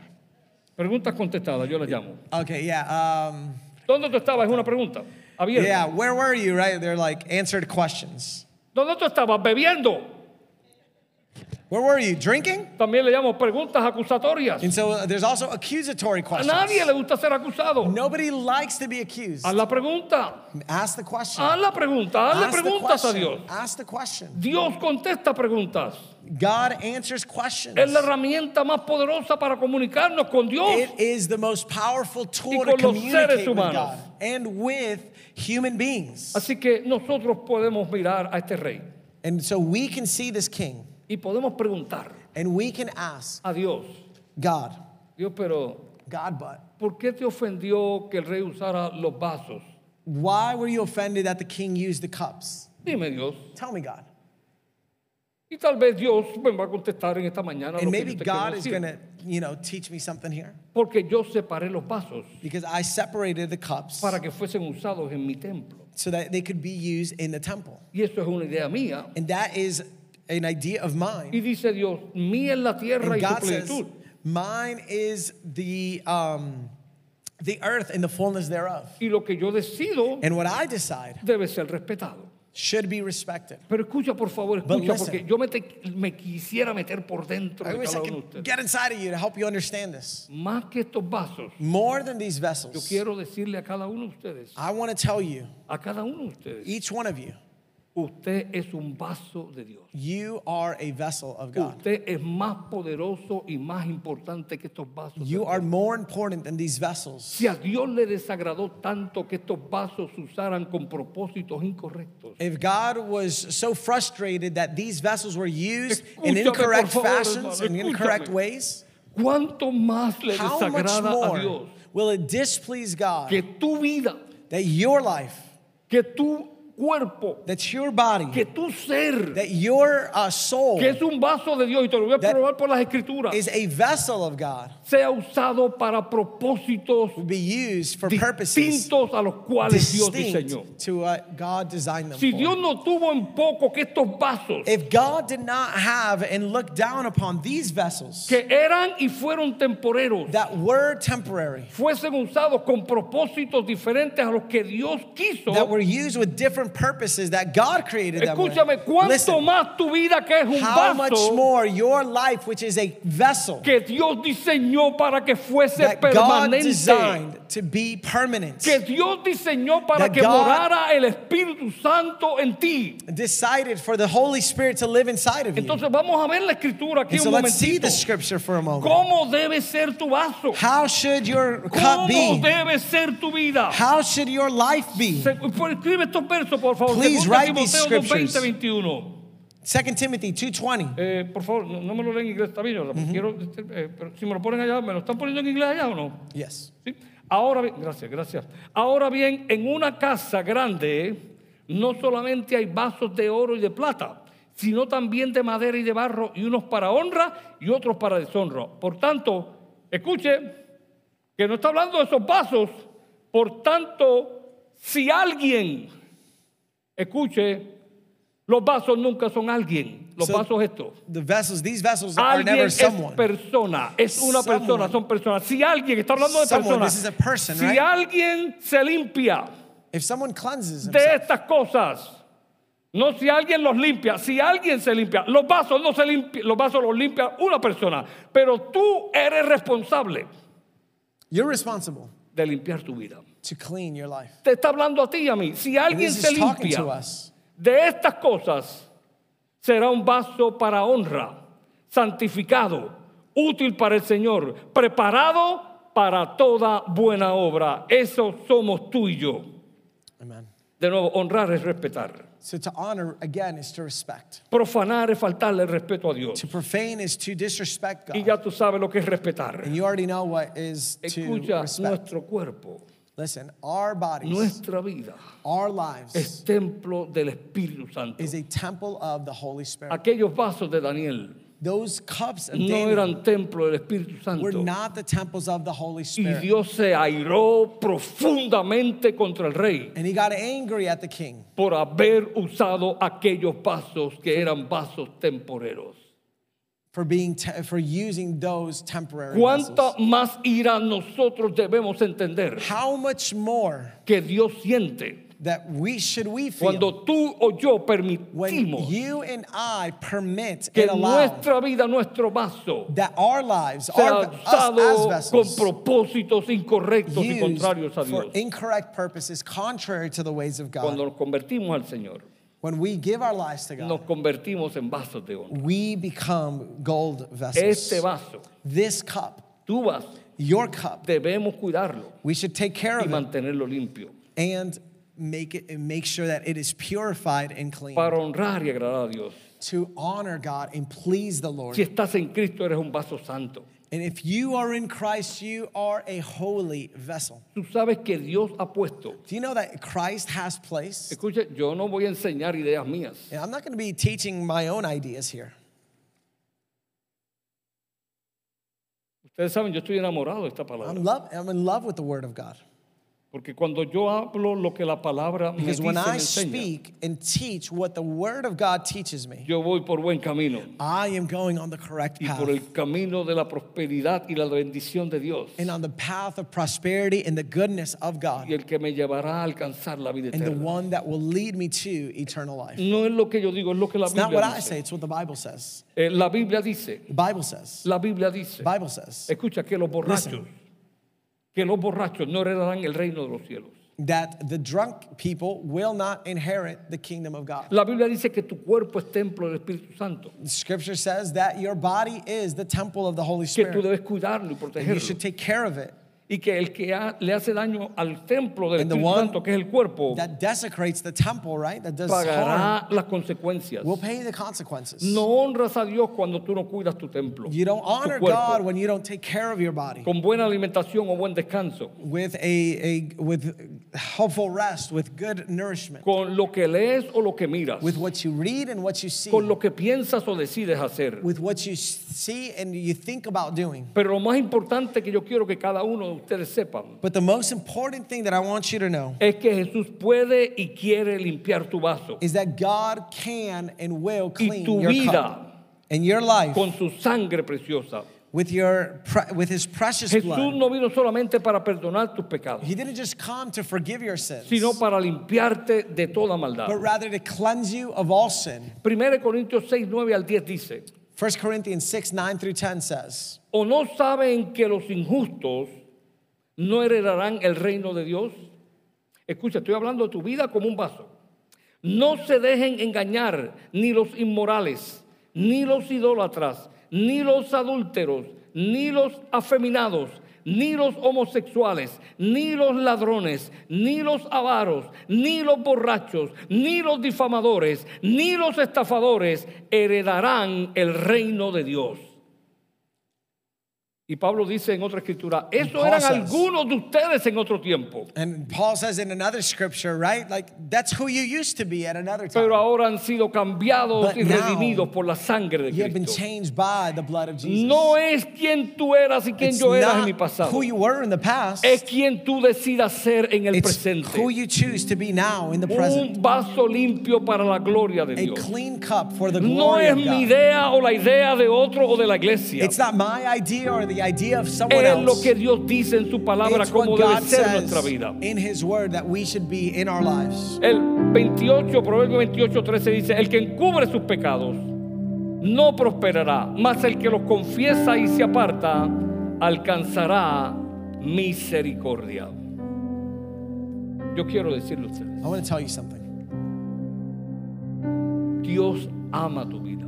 [SPEAKER 2] Preguntas contestadas, yo las llamo.
[SPEAKER 1] Okay, yeah. Um,
[SPEAKER 2] ¿Dónde tú estabas? Es una pregunta abierta.
[SPEAKER 1] yeah, where were you, right? They're like answered questions.
[SPEAKER 2] ¿Dónde tú estabas? Bebiendo.
[SPEAKER 1] Where were you? Drinking?
[SPEAKER 2] También le llamo preguntas acusatorias.
[SPEAKER 1] And so uh, there's also accusatory
[SPEAKER 2] A
[SPEAKER 1] questions.
[SPEAKER 2] nadie le gusta ser acusado.
[SPEAKER 1] Nobody likes to be accused.
[SPEAKER 2] Haz la pregunta.
[SPEAKER 1] Ask the question.
[SPEAKER 2] Haz la pregunta. Hazle
[SPEAKER 1] Ask the
[SPEAKER 2] Ah, preguntas a
[SPEAKER 1] question.
[SPEAKER 2] Dios.
[SPEAKER 1] Ask the question.
[SPEAKER 2] Dios contesta preguntas.
[SPEAKER 1] God answers questions.
[SPEAKER 2] Es la herramienta más poderosa para comunicarnos con Dios.
[SPEAKER 1] It is the most powerful
[SPEAKER 2] Y
[SPEAKER 1] tool
[SPEAKER 2] con
[SPEAKER 1] to
[SPEAKER 2] los
[SPEAKER 1] communicate
[SPEAKER 2] seres
[SPEAKER 1] with
[SPEAKER 2] humanos.
[SPEAKER 1] God and with human beings.
[SPEAKER 2] Así que nosotros podemos mirar a este rey
[SPEAKER 1] And so we can see this king
[SPEAKER 2] y podemos preguntar
[SPEAKER 1] and we can ask
[SPEAKER 2] a Dios,
[SPEAKER 1] God,
[SPEAKER 2] Dios, pero
[SPEAKER 1] God, but
[SPEAKER 2] ¿por qué te ofendió que el rey usara los vasos?
[SPEAKER 1] why were you offended that the king used the cups?
[SPEAKER 2] Dime Dios.
[SPEAKER 1] Tell me, God.
[SPEAKER 2] Y tal vez Dios me va a contestar en esta mañana
[SPEAKER 1] And
[SPEAKER 2] lo que
[SPEAKER 1] maybe
[SPEAKER 2] yo te
[SPEAKER 1] God
[SPEAKER 2] quiero
[SPEAKER 1] is
[SPEAKER 2] decir.
[SPEAKER 1] going to, you know, teach me something here
[SPEAKER 2] porque yo separé los vasos
[SPEAKER 1] because I separated the cups
[SPEAKER 2] para que fuesen usados en mi templo.
[SPEAKER 1] so that they could be used in the temple.
[SPEAKER 2] Y eso es una idea mía.
[SPEAKER 1] And that is an idea of mine.
[SPEAKER 2] Y dice Dios, mía es la tierra
[SPEAKER 1] And
[SPEAKER 2] y su
[SPEAKER 1] God says,
[SPEAKER 2] plenitud.
[SPEAKER 1] Mine is the um, the earth and the fullness thereof.
[SPEAKER 2] Y lo que yo decido
[SPEAKER 1] And what I decide
[SPEAKER 2] debe ser respetado.
[SPEAKER 1] should be respected.
[SPEAKER 2] Pero escucha, por favor,
[SPEAKER 1] But
[SPEAKER 2] escucha,
[SPEAKER 1] listen.
[SPEAKER 2] porque yo me, te- me quisiera meter por dentro
[SPEAKER 1] I
[SPEAKER 2] de
[SPEAKER 1] wish I
[SPEAKER 2] cada uno de
[SPEAKER 1] could
[SPEAKER 2] ustedes.
[SPEAKER 1] get inside of you to help you understand this.
[SPEAKER 2] Más que estos vasos,
[SPEAKER 1] More than these
[SPEAKER 2] yo
[SPEAKER 1] vessels,
[SPEAKER 2] quiero decirle a cada uno de ustedes,
[SPEAKER 1] I want to tell you,
[SPEAKER 2] a cada uno de ustedes,
[SPEAKER 1] each one of you,
[SPEAKER 2] usted es un vaso de Dios.
[SPEAKER 1] you are a vessel of God.
[SPEAKER 2] Usted es más poderoso y más importante que estos vasos. de
[SPEAKER 1] You
[SPEAKER 2] Dios.
[SPEAKER 1] are more important than these vessels.
[SPEAKER 2] Si a Dios le desagradó tanto que estos vasos se usaran con propósitos incorrectos,
[SPEAKER 1] If God was so frustrated that these vessels were used in
[SPEAKER 2] Escúchame, por
[SPEAKER 1] incorrect
[SPEAKER 2] favor,
[SPEAKER 1] fashions,
[SPEAKER 2] hermano,
[SPEAKER 1] in incorrect
[SPEAKER 2] escúchame.
[SPEAKER 1] ways,
[SPEAKER 2] ¿cuánto más le
[SPEAKER 1] how much
[SPEAKER 2] desagrada a Dios
[SPEAKER 1] more will it displease God
[SPEAKER 2] que tu vida,
[SPEAKER 1] that your life,
[SPEAKER 2] que tu cuerpo,
[SPEAKER 1] that your body,
[SPEAKER 2] que tu ser,
[SPEAKER 1] that your uh, soul
[SPEAKER 2] que es un vaso de Dios, y te lo voy a
[SPEAKER 1] That-
[SPEAKER 2] probar por las escrituras,
[SPEAKER 1] is a vessel of God,
[SPEAKER 2] sea usado para propósitos
[SPEAKER 1] will be used for purposes
[SPEAKER 2] distintos a los cuales Dios diseñó.
[SPEAKER 1] distinct to what God designed them
[SPEAKER 2] Si
[SPEAKER 1] for.
[SPEAKER 2] Dios no tuvo en poco que estos vasos
[SPEAKER 1] If God did not have and look down upon these vessels
[SPEAKER 2] que eran y fueron temporeros
[SPEAKER 1] that were temporary,
[SPEAKER 2] fuesen usados con propósitos diferentes a los que Dios quiso,
[SPEAKER 1] that were used with different purposes that God created them with.
[SPEAKER 2] escúchame, ¿cuánto
[SPEAKER 1] Listen,
[SPEAKER 2] más tu vida que es un
[SPEAKER 1] how much
[SPEAKER 2] vaso
[SPEAKER 1] more your life, which is a vessel
[SPEAKER 2] que Dios diseñó para que fuese
[SPEAKER 1] that God
[SPEAKER 2] permanente?
[SPEAKER 1] designed to be permanent,
[SPEAKER 2] Que Dios diseñó para
[SPEAKER 1] That
[SPEAKER 2] que
[SPEAKER 1] God-
[SPEAKER 2] morara el Espíritu Santo en ti.
[SPEAKER 1] decided for the Holy Spirit to live inside of you.
[SPEAKER 2] Entonces vamos a ver la escritura aquí
[SPEAKER 1] And so
[SPEAKER 2] un
[SPEAKER 1] let's see
[SPEAKER 2] momentito.
[SPEAKER 1] the scripture for a moment.
[SPEAKER 2] ¿Cómo debe ser tu vaso?
[SPEAKER 1] How should your
[SPEAKER 2] ¿Cómo
[SPEAKER 1] cup be?
[SPEAKER 2] debe ser tu vida?
[SPEAKER 1] How should your life be?
[SPEAKER 2] Se- por- Escribe estos versos, por favor.
[SPEAKER 1] Please
[SPEAKER 2] Segunda
[SPEAKER 1] write these
[SPEAKER 2] Timoteo 2, 20,
[SPEAKER 1] scriptures.
[SPEAKER 2] 21.
[SPEAKER 1] 2 Timothy 2.20.
[SPEAKER 2] Eh, por favor, no, no me lo leen en inglés, está bien. yo lo- quiero, eh, pero si me lo ponen allá, ¿me lo están poniendo en inglés allá o no?
[SPEAKER 1] Yes.
[SPEAKER 2] ¿Sí? Ahora bien, gracias, gracias. Ahora bien, en una casa grande no solamente hay vasos de oro y de plata, sino también de madera y de barro, y unos para honra y otros para deshonra. Por tanto, escuche que no está hablando de esos vasos. Por tanto, si alguien, escuche, los vasos nunca son alguien, los
[SPEAKER 1] So-
[SPEAKER 2] vasos estos.
[SPEAKER 1] The vessels, these vessels are
[SPEAKER 2] Alguien
[SPEAKER 1] never
[SPEAKER 2] es
[SPEAKER 1] someone.
[SPEAKER 2] persona, es una
[SPEAKER 1] Someone.
[SPEAKER 2] persona, son personas. Si alguien, está hablando de
[SPEAKER 1] Someone,
[SPEAKER 2] personas,
[SPEAKER 1] this is a person,
[SPEAKER 2] si
[SPEAKER 1] right?
[SPEAKER 2] alguien se limpia
[SPEAKER 1] If someone cleanses
[SPEAKER 2] de
[SPEAKER 1] himself,
[SPEAKER 2] estas cosas, no si alguien los limpia, si alguien se limpia, los vasos no se limpian, los vasos los limpia una persona, pero tú eres responsable
[SPEAKER 1] you're responsible
[SPEAKER 2] de limpiar tu vida.
[SPEAKER 1] to clean your life.
[SPEAKER 2] Te está hablando a ti y a mí. Si
[SPEAKER 1] And
[SPEAKER 2] alguien
[SPEAKER 1] this
[SPEAKER 2] se
[SPEAKER 1] is talking to
[SPEAKER 2] limpia
[SPEAKER 1] us.
[SPEAKER 2] de estas cosas, será un vaso para honra, santificado, útil para el Señor, preparado para toda buena obra. Eso somos tú y yo.
[SPEAKER 1] Amen.
[SPEAKER 2] De nuevo, honrar es respetar.
[SPEAKER 1] So to honor, again, is to respect.
[SPEAKER 2] Profanar es faltarle el respeto a Dios.
[SPEAKER 1] To profane is to disrespect
[SPEAKER 2] Y
[SPEAKER 1] God.
[SPEAKER 2] ya tú sabes lo que es respetar.
[SPEAKER 1] And you already know what is to
[SPEAKER 2] Escucha,
[SPEAKER 1] respect.
[SPEAKER 2] nuestro cuerpo,
[SPEAKER 1] Listen, our bodies,
[SPEAKER 2] nuestra vida
[SPEAKER 1] our
[SPEAKER 2] es
[SPEAKER 1] lives,
[SPEAKER 2] templo del Espíritu Santo.
[SPEAKER 1] is a temple of the Holy Spirit.
[SPEAKER 2] Aquellos vasos de Daniel
[SPEAKER 1] Those cups of
[SPEAKER 2] no
[SPEAKER 1] Daniel
[SPEAKER 2] eran templo del Espíritu
[SPEAKER 1] were
[SPEAKER 2] Santo.
[SPEAKER 1] not the temples of the
[SPEAKER 2] Y
[SPEAKER 1] Holy Spirit.
[SPEAKER 2] Dios se airó profundamente contra el rey
[SPEAKER 1] And he got angry at the king
[SPEAKER 2] por haber usado aquellos vasos que eran vasos temporeros.
[SPEAKER 1] for being te- for using those temporary
[SPEAKER 2] ¿Cuánta
[SPEAKER 1] vessels.
[SPEAKER 2] más ira nosotros debemos entender
[SPEAKER 1] How much more
[SPEAKER 2] que Dios siente
[SPEAKER 1] that we should we feel
[SPEAKER 2] cuando tú o yo
[SPEAKER 1] when
[SPEAKER 2] permitimos
[SPEAKER 1] you and I permit
[SPEAKER 2] que
[SPEAKER 1] and allow
[SPEAKER 2] nuestra vida, nuestro vaso,
[SPEAKER 1] that our lives,
[SPEAKER 2] sea
[SPEAKER 1] our,
[SPEAKER 2] usado
[SPEAKER 1] us
[SPEAKER 2] con
[SPEAKER 1] as vessels,
[SPEAKER 2] propósitos incorrectos y
[SPEAKER 1] used
[SPEAKER 2] contrarios a
[SPEAKER 1] for
[SPEAKER 2] Dios?
[SPEAKER 1] incorrect purposes, contrary to the ways of God.
[SPEAKER 2] Cuando nos convertimos al Señor,
[SPEAKER 1] when we give our lives to God,
[SPEAKER 2] nos convertimos en vasos de honra.
[SPEAKER 1] we become gold vessels.
[SPEAKER 2] Este vaso,
[SPEAKER 1] this cup,
[SPEAKER 2] tu vaso,
[SPEAKER 1] your cup,
[SPEAKER 2] debemos cuidarlo
[SPEAKER 1] we should take care
[SPEAKER 2] y
[SPEAKER 1] of it
[SPEAKER 2] mantenerlo limpio
[SPEAKER 1] and make it and make sure that it is purified and clean
[SPEAKER 2] para honrar y agradar a Dios.
[SPEAKER 1] to honor God and please the Lord.
[SPEAKER 2] Si estás en Cristo eres un vaso santo.
[SPEAKER 1] And if you are in Christ, you are a holy vessel.
[SPEAKER 2] Tú sabes que Dios ha puesto.
[SPEAKER 1] Do you know that Christ has placed?
[SPEAKER 2] Escucha, yo no voy a enseñar ideas mías.
[SPEAKER 1] And I'm not going to be teaching my own ideas here.
[SPEAKER 2] Ustedes saben, yo estoy enamorado de esta palabra.
[SPEAKER 1] I'm love. I'm in love with the Word of God
[SPEAKER 2] Porque cuando yo hablo lo que la palabra me
[SPEAKER 1] because
[SPEAKER 2] dice,
[SPEAKER 1] when
[SPEAKER 2] me
[SPEAKER 1] I
[SPEAKER 2] enseña,
[SPEAKER 1] speak and teach what the Word of God teaches me,
[SPEAKER 2] yo voy por buen camino.
[SPEAKER 1] I am going on the correct
[SPEAKER 2] Y
[SPEAKER 1] path
[SPEAKER 2] por el camino de la prosperidad y la bendición de Dios.
[SPEAKER 1] Ah. and on the path of prosperity and the goodness of
[SPEAKER 2] Y
[SPEAKER 1] God,
[SPEAKER 2] el que me llevará a alcanzar la vida
[SPEAKER 1] and the
[SPEAKER 2] eterna.
[SPEAKER 1] one that will lead me to eternal life.
[SPEAKER 2] No es lo que yo digo, es lo que la
[SPEAKER 1] It's not what
[SPEAKER 2] Mm. Biblia
[SPEAKER 1] I say;
[SPEAKER 2] dice.
[SPEAKER 1] it's what the Bible says.
[SPEAKER 2] Eh, la Biblia dice,
[SPEAKER 1] The Bible says.
[SPEAKER 2] la Biblia dice.
[SPEAKER 1] The Bible says
[SPEAKER 2] Escucha que los borrachos,
[SPEAKER 1] Listen.
[SPEAKER 2] que los borrachos no heredarán el reino de los cielos.
[SPEAKER 1] that the drunk people will not inherit the kingdom of God.
[SPEAKER 2] La Biblia dice que tu cuerpo es templo del Espíritu Santo,
[SPEAKER 1] The Scripture says that your body is the temple of the Holy
[SPEAKER 2] que tú
[SPEAKER 1] Spirit.
[SPEAKER 2] debes cuidarlo y
[SPEAKER 1] And you
[SPEAKER 2] protegerlo.
[SPEAKER 1] should take care of it.
[SPEAKER 2] Y que el que ha- le hace daño al templo del
[SPEAKER 1] And the
[SPEAKER 2] Espíritu
[SPEAKER 1] one
[SPEAKER 2] Santo, que es el cuerpo,
[SPEAKER 1] That desecrates the temple, right? That does harm.
[SPEAKER 2] pagará las consecuencias.
[SPEAKER 1] We'll pay the consequences.
[SPEAKER 2] No honras a Dios cuando tú no cuidas tu templo,
[SPEAKER 1] You don't
[SPEAKER 2] tu
[SPEAKER 1] honor
[SPEAKER 2] cuerpo,
[SPEAKER 1] God when you don't take care of your body
[SPEAKER 2] con buena alimentación o buen descanso.
[SPEAKER 1] with a, a with helpful rest, with good nourishment,
[SPEAKER 2] con lo que lees o lo que miras,
[SPEAKER 1] with what you read and what you see,
[SPEAKER 2] con lo que piensas o decides hacer.
[SPEAKER 1] with what you s- see and you think about doing.
[SPEAKER 2] Pero lo más importante que yo quiero que cada uno de ustedes sepan
[SPEAKER 1] But the most important thing that I want you to know
[SPEAKER 2] es que Jesús puede y quiere limpiar tu vaso
[SPEAKER 1] is that God can and will
[SPEAKER 2] y
[SPEAKER 1] clean
[SPEAKER 2] tu
[SPEAKER 1] your
[SPEAKER 2] vida
[SPEAKER 1] cup and your life
[SPEAKER 2] con su sangre preciosa.
[SPEAKER 1] with your pre- with His precious
[SPEAKER 2] Jesús
[SPEAKER 1] blood.
[SPEAKER 2] no vino solamente para perdonar tus pecados,
[SPEAKER 1] He didn't just come to forgive your sins,
[SPEAKER 2] sino para limpiarte de toda maldad.
[SPEAKER 1] but rather to cleanse you of all sin.
[SPEAKER 2] 1 Corintios 6, 9 al 10 dice,
[SPEAKER 1] 1 Corinthians 6, 9 through 10 says,
[SPEAKER 2] ¿o no saben que los injustos no heredarán el reino de Dios? Escucha, estoy hablando de tu vida como un vaso. No se dejen engañar ni los inmorales, ni los idólatras, ni los adúlteros, ni los afeminados, ni los homosexuales, ni los ladrones, ni los avaros, ni los borrachos, ni los difamadores, ni los estafadores heredarán el reino de Dios. Y Pablo dice en otra escritura, eso
[SPEAKER 1] Paul
[SPEAKER 2] eran
[SPEAKER 1] says-
[SPEAKER 2] algunos de ustedes en otro tiempo.
[SPEAKER 1] and Paul says in another scripture, right? Like, that's who you used to be at another time.
[SPEAKER 2] pero ahora han sido cambiados
[SPEAKER 1] But
[SPEAKER 2] y
[SPEAKER 1] now,
[SPEAKER 2] redimidos por la sangre
[SPEAKER 1] you
[SPEAKER 2] de
[SPEAKER 1] have been
[SPEAKER 2] Cristo.
[SPEAKER 1] changed by the blood of Jesus.
[SPEAKER 2] No es quien tú eras y quien
[SPEAKER 1] it's
[SPEAKER 2] yo era en
[SPEAKER 1] not
[SPEAKER 2] mi pasado.
[SPEAKER 1] who you were in the past.
[SPEAKER 2] Es quien tú decidas ser en el
[SPEAKER 1] It's
[SPEAKER 2] presente.
[SPEAKER 1] who you choose to be now in the present.
[SPEAKER 2] Un vaso limpio para la gloria de
[SPEAKER 1] A
[SPEAKER 2] Dios.
[SPEAKER 1] clean cup for the
[SPEAKER 2] No
[SPEAKER 1] glory
[SPEAKER 2] es
[SPEAKER 1] of
[SPEAKER 2] mi
[SPEAKER 1] God.
[SPEAKER 2] idea o la idea de otro o de la iglesia.
[SPEAKER 1] It's not my idea or the idea of someone
[SPEAKER 2] Es lo
[SPEAKER 1] else.
[SPEAKER 2] que Dios dice en su palabra
[SPEAKER 1] It's what
[SPEAKER 2] cómo debe
[SPEAKER 1] God
[SPEAKER 2] ser
[SPEAKER 1] says
[SPEAKER 2] nuestra vida.
[SPEAKER 1] in His Word that we should be in our lives.
[SPEAKER 2] El 28, Proverbio 28, 13 dice, el que encubre sus pecados no prosperará, mas el que los confiesa y se aparta alcanzará misericordia. Yo quiero decirle a ustedes,
[SPEAKER 1] I want to tell you something.
[SPEAKER 2] Dios ama tu vida.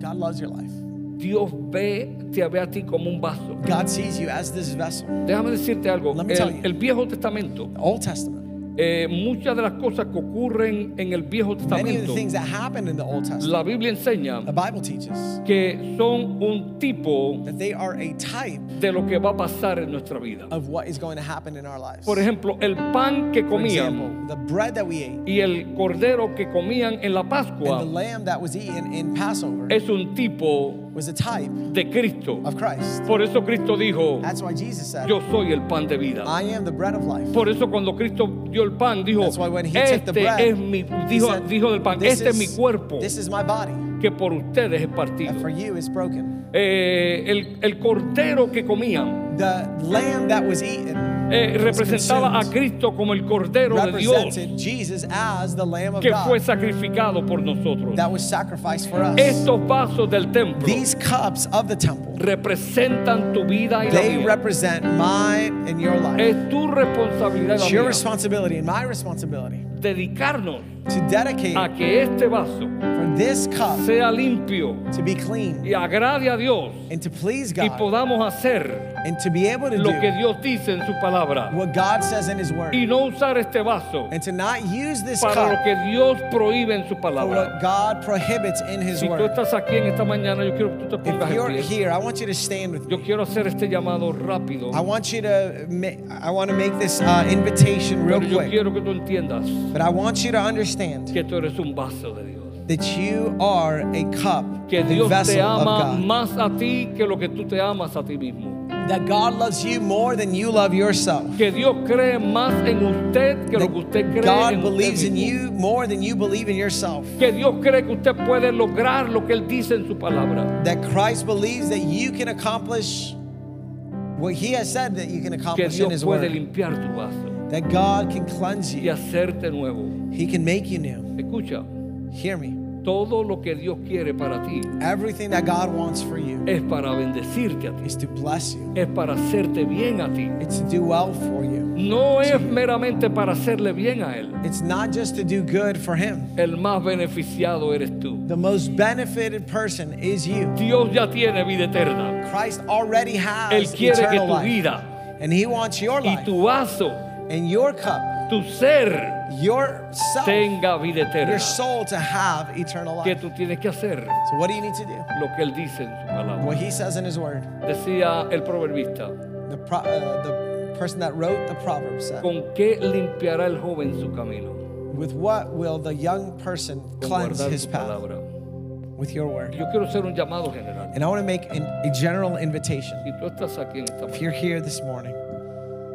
[SPEAKER 1] God loves your life.
[SPEAKER 2] Dios ve, te ve a ti como un vaso.
[SPEAKER 1] God sees you as this vessel.
[SPEAKER 2] Déjame decirte algo,
[SPEAKER 1] Let me tell you.
[SPEAKER 2] el, el Viejo Testamento,
[SPEAKER 1] Old Testament.
[SPEAKER 2] eh, muchas de las cosas que ocurren en el Viejo
[SPEAKER 1] Many of
[SPEAKER 2] Testamento,
[SPEAKER 1] the things that happened in the Old Testament,
[SPEAKER 2] la Biblia enseña
[SPEAKER 1] the Bible teaches
[SPEAKER 2] que son un tipo
[SPEAKER 1] that they are a type
[SPEAKER 2] de lo que va a pasar en nuestra vida.
[SPEAKER 1] of what is going to happen in our lives.
[SPEAKER 2] Por ejemplo, el pan que
[SPEAKER 1] For example,
[SPEAKER 2] comíamos
[SPEAKER 1] the bread that we ate
[SPEAKER 2] y el cordero que comían en la
[SPEAKER 1] and the
[SPEAKER 2] Pascua
[SPEAKER 1] lamb that was eaten in Passover
[SPEAKER 2] es un tipo
[SPEAKER 1] was a type
[SPEAKER 2] de Cristo.
[SPEAKER 1] of Christ.
[SPEAKER 2] Por eso Cristo dijo,
[SPEAKER 1] That's why Jesus said,
[SPEAKER 2] yo soy el pan de vida.
[SPEAKER 1] I am the bread of life.
[SPEAKER 2] Por eso cuando Cristo dio el pan, dijo,
[SPEAKER 1] That's why when he took the
[SPEAKER 2] este
[SPEAKER 1] bread,
[SPEAKER 2] es mi,
[SPEAKER 1] he
[SPEAKER 2] dijo,
[SPEAKER 1] said,
[SPEAKER 2] dijo del pan,
[SPEAKER 1] "This
[SPEAKER 2] este es mi
[SPEAKER 1] is-
[SPEAKER 2] cuerpo
[SPEAKER 1] This is my body
[SPEAKER 2] que por ustedes es
[SPEAKER 1] that
[SPEAKER 2] partido.
[SPEAKER 1] for you is broken.
[SPEAKER 2] Eh, el, el cordero que comían
[SPEAKER 1] The lamb that was eaten
[SPEAKER 2] eh, representaba a
[SPEAKER 1] consumed.
[SPEAKER 2] Cristo como el cordero de Dios
[SPEAKER 1] represented Jesus as the lamb of
[SPEAKER 2] que fue
[SPEAKER 1] God
[SPEAKER 2] sacrificado por nosotros.
[SPEAKER 1] that was sacrificed for us.
[SPEAKER 2] Estos vasos del templo
[SPEAKER 1] These cups of the temple,
[SPEAKER 2] representan tu vida y la
[SPEAKER 1] they
[SPEAKER 2] mía.
[SPEAKER 1] represent my and your life.
[SPEAKER 2] Es tu responsabilidad y la
[SPEAKER 1] It's your
[SPEAKER 2] mía
[SPEAKER 1] responsibility and my responsibility
[SPEAKER 2] dedicarnos
[SPEAKER 1] to dedicate
[SPEAKER 2] a que este vaso
[SPEAKER 1] for this cup
[SPEAKER 2] sea limpio
[SPEAKER 1] to be clean
[SPEAKER 2] y agrade a Dios
[SPEAKER 1] and to please
[SPEAKER 2] y
[SPEAKER 1] God
[SPEAKER 2] podamos hacer
[SPEAKER 1] and to be able to
[SPEAKER 2] lo que
[SPEAKER 1] do
[SPEAKER 2] Dios dice en su palabra
[SPEAKER 1] what God says in His Word
[SPEAKER 2] y no usar este vaso
[SPEAKER 1] and to not use this
[SPEAKER 2] para
[SPEAKER 1] cup
[SPEAKER 2] lo que Dios prohíbe en su
[SPEAKER 1] for what
[SPEAKER 2] palabra.
[SPEAKER 1] God prohibits in His
[SPEAKER 2] Si tú
[SPEAKER 1] Word.
[SPEAKER 2] estás aquí en esta mañana, yo quiero que tú te pongas
[SPEAKER 1] If
[SPEAKER 2] en
[SPEAKER 1] you're
[SPEAKER 2] pie.
[SPEAKER 1] here, I want you to stand with
[SPEAKER 2] Yo
[SPEAKER 1] me.
[SPEAKER 2] quiero hacer este llamado rápido,
[SPEAKER 1] I want you to, ma- I want to make this uh, invitation real
[SPEAKER 2] pero yo
[SPEAKER 1] quick.
[SPEAKER 2] quiero que tú entiendas
[SPEAKER 1] But I want you to understand
[SPEAKER 2] que tú eres un vaso de Dios.
[SPEAKER 1] that you are a cup,
[SPEAKER 2] que
[SPEAKER 1] a
[SPEAKER 2] Dios te
[SPEAKER 1] vessel of
[SPEAKER 2] ama
[SPEAKER 1] God.
[SPEAKER 2] más a ti que lo que tú te amas a ti mismo.
[SPEAKER 1] That God loves you more than you love yourself.
[SPEAKER 2] Que Dios cree más en usted que lo que usted
[SPEAKER 1] That
[SPEAKER 2] cree
[SPEAKER 1] God
[SPEAKER 2] en
[SPEAKER 1] believes
[SPEAKER 2] usted
[SPEAKER 1] in
[SPEAKER 2] mismo.
[SPEAKER 1] you more than you believe in yourself.
[SPEAKER 2] Que Dios cree que usted puede lograr lo que Él dice en su palabra.
[SPEAKER 1] That Christ believes that you can accomplish what He has said that you can
[SPEAKER 2] Que
[SPEAKER 1] accomplish in
[SPEAKER 2] Dios
[SPEAKER 1] His
[SPEAKER 2] puede
[SPEAKER 1] Word.
[SPEAKER 2] limpiar tu vaso
[SPEAKER 1] That God can cleanse
[SPEAKER 2] y
[SPEAKER 1] you,
[SPEAKER 2] hacerte nuevo.
[SPEAKER 1] He can make you new.
[SPEAKER 2] Escucha,
[SPEAKER 1] Hear me.
[SPEAKER 2] todo lo que Dios quiere para ti
[SPEAKER 1] Everything that God wants for you
[SPEAKER 2] es para bendecirte a ti,
[SPEAKER 1] is to bless you,
[SPEAKER 2] es para hacerte bien a ti.
[SPEAKER 1] it's to do well for you.
[SPEAKER 2] No es meramente para hacerle bien a Él.
[SPEAKER 1] It's not just to do good for Him.
[SPEAKER 2] El más beneficiado eres tú.
[SPEAKER 1] The most benefited person is you.
[SPEAKER 2] Dios ya tiene vida eterna.
[SPEAKER 1] Christ already
[SPEAKER 2] Él
[SPEAKER 1] has
[SPEAKER 2] quiere que
[SPEAKER 1] eternal
[SPEAKER 2] tu
[SPEAKER 1] life.
[SPEAKER 2] vida
[SPEAKER 1] And He wants your
[SPEAKER 2] y
[SPEAKER 1] life
[SPEAKER 2] tu vaso,
[SPEAKER 1] and your cup,
[SPEAKER 2] tu ser,
[SPEAKER 1] your self,
[SPEAKER 2] tenga vida eterna.
[SPEAKER 1] your soul to have eternal
[SPEAKER 2] Que
[SPEAKER 1] life.
[SPEAKER 2] tú tienes que hacer
[SPEAKER 1] So, what do you need to do?
[SPEAKER 2] lo que Él dice en su palabra.
[SPEAKER 1] What He says in His Word.
[SPEAKER 2] Decía el proverbista,
[SPEAKER 1] The, pro, uh, the person that wrote the proverb said,
[SPEAKER 2] ¿Con qué limpiará el joven su camino?
[SPEAKER 1] "With what will the young person
[SPEAKER 2] Con
[SPEAKER 1] cleanse
[SPEAKER 2] guardar
[SPEAKER 1] his
[SPEAKER 2] tu
[SPEAKER 1] path?"
[SPEAKER 2] palabra.
[SPEAKER 1] With your word.
[SPEAKER 2] Yo quiero hacer un llamado general.
[SPEAKER 1] And I want to make an, a general invitation.
[SPEAKER 2] Si tú estás aquí en esta
[SPEAKER 1] If
[SPEAKER 2] mañana
[SPEAKER 1] you're here this morning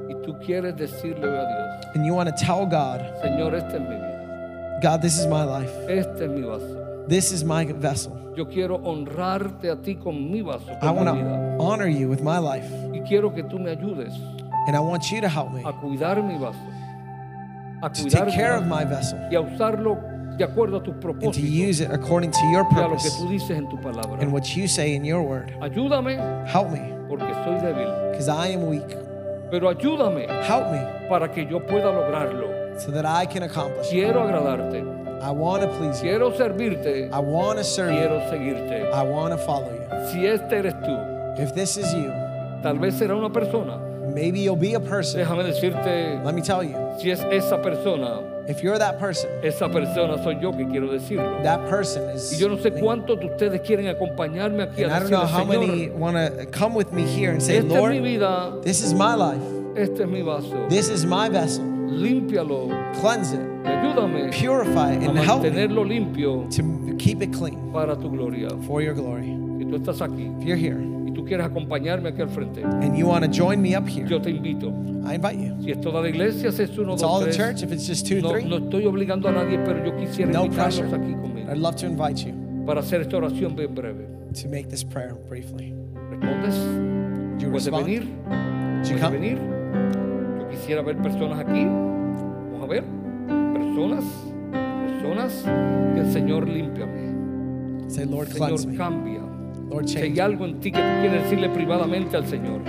[SPEAKER 2] y tú quieres decirle hoy a
[SPEAKER 1] and you want to tell God,
[SPEAKER 2] Dios, Señor, esta es mi vida,
[SPEAKER 1] God, this is my life.
[SPEAKER 2] este es mi vaso.
[SPEAKER 1] This is my vessel.
[SPEAKER 2] Yo quiero honrarte a ti con mi vaso,
[SPEAKER 1] I
[SPEAKER 2] con
[SPEAKER 1] want
[SPEAKER 2] mi
[SPEAKER 1] to
[SPEAKER 2] vida.
[SPEAKER 1] honor you with my life,
[SPEAKER 2] Y quiero que tú me ayudes
[SPEAKER 1] and I want you to help me
[SPEAKER 2] a cuidar mi vaso, a
[SPEAKER 1] to
[SPEAKER 2] cuidar
[SPEAKER 1] take
[SPEAKER 2] mi
[SPEAKER 1] care of
[SPEAKER 2] vaso
[SPEAKER 1] my vessel
[SPEAKER 2] y a usarlo de acuerdo a tus
[SPEAKER 1] and to
[SPEAKER 2] propósitos y
[SPEAKER 1] use it according to your
[SPEAKER 2] a lo que
[SPEAKER 1] purpose
[SPEAKER 2] tú dices en tu palabra.
[SPEAKER 1] and what you say in your word.
[SPEAKER 2] Ayúdame
[SPEAKER 1] Help me,
[SPEAKER 2] porque soy débil,
[SPEAKER 1] because I am weak.
[SPEAKER 2] pero ayúdame
[SPEAKER 1] Help me
[SPEAKER 2] para que yo pueda lograrlo.
[SPEAKER 1] so that I can accomplish. it.
[SPEAKER 2] Quiero agradarte,
[SPEAKER 1] I want to please you.
[SPEAKER 2] quiero servirte,
[SPEAKER 1] I want to serve you.
[SPEAKER 2] quiero seguirte.
[SPEAKER 1] I want to follow you.
[SPEAKER 2] Si este eres tú,
[SPEAKER 1] If this is you,
[SPEAKER 2] tal vez será una persona.
[SPEAKER 1] maybe you'll be a person.
[SPEAKER 2] Déjame decirte,
[SPEAKER 1] Let me tell you,
[SPEAKER 2] si es esa persona,
[SPEAKER 1] if you're that person,
[SPEAKER 2] esa persona soy yo que quiero decirlo.
[SPEAKER 1] that person
[SPEAKER 2] Y
[SPEAKER 1] is.
[SPEAKER 2] yo no sé cuántos de ustedes quieren acompañarme aquí
[SPEAKER 1] And
[SPEAKER 2] a
[SPEAKER 1] I don't know
[SPEAKER 2] decirle,
[SPEAKER 1] how many
[SPEAKER 2] Señor,
[SPEAKER 1] want to come with me here and say,
[SPEAKER 2] esta es mi
[SPEAKER 1] Lord,
[SPEAKER 2] vida,
[SPEAKER 1] this is my life.
[SPEAKER 2] este es mi vaso.
[SPEAKER 1] This is my vessel.
[SPEAKER 2] Límpialo,
[SPEAKER 1] Cleanse it,
[SPEAKER 2] y ayúdame
[SPEAKER 1] purify it,
[SPEAKER 2] a
[SPEAKER 1] and help me
[SPEAKER 2] mantenerlo limpio
[SPEAKER 1] to keep it clean
[SPEAKER 2] para tu gloria.
[SPEAKER 1] for your glory.
[SPEAKER 2] Si tú estás aquí
[SPEAKER 1] If you're here
[SPEAKER 2] y tú quieres acompañarme aquí al frente,
[SPEAKER 1] and you want to join me up here,
[SPEAKER 2] yo te invito.
[SPEAKER 1] I invite you.
[SPEAKER 2] Si es toda la iglesia, si es uno,
[SPEAKER 1] It's all
[SPEAKER 2] dos,
[SPEAKER 1] the
[SPEAKER 2] tres,
[SPEAKER 1] church. If it's just two,
[SPEAKER 2] No,
[SPEAKER 1] three,
[SPEAKER 2] no estoy obligando a nadie, pero yo quisiera
[SPEAKER 1] no
[SPEAKER 2] invitarlos
[SPEAKER 1] pressure.
[SPEAKER 2] aquí conmigo
[SPEAKER 1] I'd love to invite you
[SPEAKER 2] para hacer esta oración bien breve.
[SPEAKER 1] to make this prayer briefly.
[SPEAKER 2] ¿Respondes?
[SPEAKER 1] Did you
[SPEAKER 2] ¿Puedes
[SPEAKER 1] respond?
[SPEAKER 2] venir?
[SPEAKER 1] Did you
[SPEAKER 2] ¿Puedes
[SPEAKER 1] come?
[SPEAKER 2] venir? Yo quisiera ver personas aquí. Vamos a ver. Personas, personas. Que el Señor límpiame.
[SPEAKER 1] Say, Lord, cleanse
[SPEAKER 2] Señor,
[SPEAKER 1] me.
[SPEAKER 2] cambia.
[SPEAKER 1] Lord,
[SPEAKER 2] Si
[SPEAKER 1] change.
[SPEAKER 2] hay
[SPEAKER 1] me.
[SPEAKER 2] algo en ti que tú quieres decirle privadamente al Señor,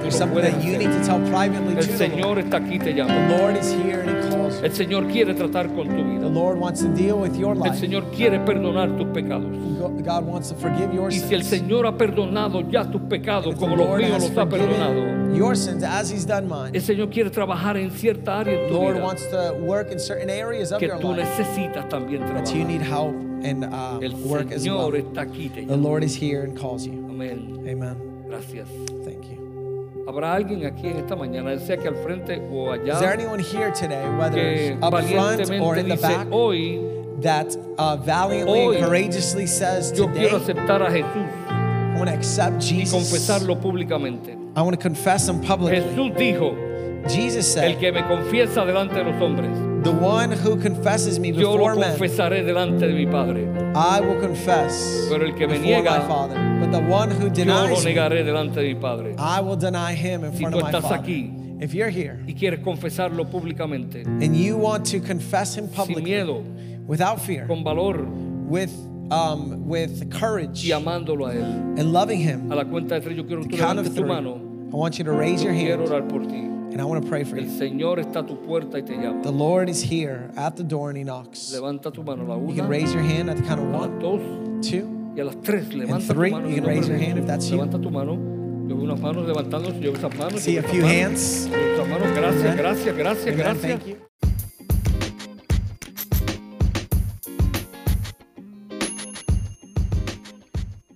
[SPEAKER 1] There's
[SPEAKER 2] lo
[SPEAKER 1] something
[SPEAKER 2] puedes
[SPEAKER 1] that you
[SPEAKER 2] hacer.
[SPEAKER 1] need to tell privately
[SPEAKER 2] El
[SPEAKER 1] to the Lord.
[SPEAKER 2] Señor está aquí, te
[SPEAKER 1] The
[SPEAKER 2] llama.
[SPEAKER 1] Lord is here and He calls you.
[SPEAKER 2] El Señor quiere tratar con tu
[SPEAKER 1] The
[SPEAKER 2] vida.
[SPEAKER 1] Lord wants to deal with your
[SPEAKER 2] El
[SPEAKER 1] life.
[SPEAKER 2] Señor quiere perdonar tus pecados.
[SPEAKER 1] Go- God wants to forgive your
[SPEAKER 2] Y si el
[SPEAKER 1] sins.
[SPEAKER 2] Señor ha perdonado ya tus pecados
[SPEAKER 1] If the
[SPEAKER 2] como los
[SPEAKER 1] Lord
[SPEAKER 2] míos
[SPEAKER 1] has
[SPEAKER 2] los ha perdonado,
[SPEAKER 1] forgiven your sins as He's done
[SPEAKER 2] el
[SPEAKER 1] mine,
[SPEAKER 2] Señor quiere trabajar en cierta área en
[SPEAKER 1] the
[SPEAKER 2] tu
[SPEAKER 1] Lord
[SPEAKER 2] vida
[SPEAKER 1] wants to work in certain areas of
[SPEAKER 2] que
[SPEAKER 1] your
[SPEAKER 2] tú
[SPEAKER 1] life.
[SPEAKER 2] necesitas también
[SPEAKER 1] But you
[SPEAKER 2] trabajar.
[SPEAKER 1] need help and uh,
[SPEAKER 2] El
[SPEAKER 1] work as well.
[SPEAKER 2] Señor está aquí, te
[SPEAKER 1] The
[SPEAKER 2] llama.
[SPEAKER 1] Lord is here and calls you.
[SPEAKER 2] Amén.
[SPEAKER 1] Amen.
[SPEAKER 2] Gracias.
[SPEAKER 1] Thank you.
[SPEAKER 2] Habrá alguien aquí en esta mañana, ya sea que al frente o
[SPEAKER 1] Is there
[SPEAKER 2] allá,
[SPEAKER 1] anyone here today, whether
[SPEAKER 2] que
[SPEAKER 1] it's up front or
[SPEAKER 2] valientemente
[SPEAKER 1] in the
[SPEAKER 2] dice,
[SPEAKER 1] back,
[SPEAKER 2] hoy
[SPEAKER 1] that uh, valiantly
[SPEAKER 2] Hoy
[SPEAKER 1] and courageously says,
[SPEAKER 2] yo
[SPEAKER 1] Today,
[SPEAKER 2] quiero aceptar a Jesús
[SPEAKER 1] I want to accept
[SPEAKER 2] y
[SPEAKER 1] Jesus.
[SPEAKER 2] confesarlo públicamente?
[SPEAKER 1] I want to confess Him publicly.
[SPEAKER 2] Jesús dijo,
[SPEAKER 1] Jesus
[SPEAKER 2] el
[SPEAKER 1] said,
[SPEAKER 2] que me confiesa delante de los hombres,
[SPEAKER 1] The one who confesses me
[SPEAKER 2] yo lo
[SPEAKER 1] before men,
[SPEAKER 2] confesaré delante de mi Padre.
[SPEAKER 1] I will confess
[SPEAKER 2] Pero el que me
[SPEAKER 1] before
[SPEAKER 2] niega,
[SPEAKER 1] my Father. But the one who
[SPEAKER 2] Yo lo
[SPEAKER 1] denies me,
[SPEAKER 2] negaré delante de mi Padre.
[SPEAKER 1] I will deny him in
[SPEAKER 2] Si
[SPEAKER 1] front
[SPEAKER 2] tú
[SPEAKER 1] of my
[SPEAKER 2] estás
[SPEAKER 1] Father.
[SPEAKER 2] aquí,
[SPEAKER 1] if you're here
[SPEAKER 2] Y quieres confesarlo públicamente,
[SPEAKER 1] and you want to confess him
[SPEAKER 2] sin
[SPEAKER 1] publicly,
[SPEAKER 2] miedo,
[SPEAKER 1] without fear,
[SPEAKER 2] con valor
[SPEAKER 1] with um, with courage
[SPEAKER 2] y amándolo a Él.
[SPEAKER 1] and loving him.
[SPEAKER 2] A la cuenta de tres, yo quiero que
[SPEAKER 1] The
[SPEAKER 2] tú
[SPEAKER 1] count of
[SPEAKER 2] levantes tu
[SPEAKER 1] three.
[SPEAKER 2] mano.
[SPEAKER 1] I want you to raise
[SPEAKER 2] Yo
[SPEAKER 1] your
[SPEAKER 2] quiero
[SPEAKER 1] hand
[SPEAKER 2] orar por ti.
[SPEAKER 1] and I want to pray for
[SPEAKER 2] El
[SPEAKER 1] you.
[SPEAKER 2] Señor está a tu puerta y te llama.
[SPEAKER 1] The Lord is here at the door and he knocks.
[SPEAKER 2] Levanta tu mano a la
[SPEAKER 1] You
[SPEAKER 2] una,
[SPEAKER 1] can
[SPEAKER 2] a
[SPEAKER 1] raise your hand at the count of
[SPEAKER 2] las
[SPEAKER 1] one,
[SPEAKER 2] dos
[SPEAKER 1] two.
[SPEAKER 2] y a las tres. Levanta tu
[SPEAKER 1] three,
[SPEAKER 2] mano.
[SPEAKER 1] you
[SPEAKER 2] en
[SPEAKER 1] can
[SPEAKER 2] el
[SPEAKER 1] raise
[SPEAKER 2] nombre de
[SPEAKER 1] your hand if
[SPEAKER 2] Jesús.
[SPEAKER 1] that's you.
[SPEAKER 2] Levanta tu mano. Yo veo unas manos levantándose. Yo veo esas manos.
[SPEAKER 1] See
[SPEAKER 2] yo
[SPEAKER 1] a
[SPEAKER 2] veo
[SPEAKER 1] few
[SPEAKER 2] esas manos.
[SPEAKER 1] hands.
[SPEAKER 2] Yo veo esas manos. Gracias,
[SPEAKER 1] Amen.
[SPEAKER 2] gracias, gracias,
[SPEAKER 1] Amen.
[SPEAKER 2] gracias.
[SPEAKER 1] Thank you.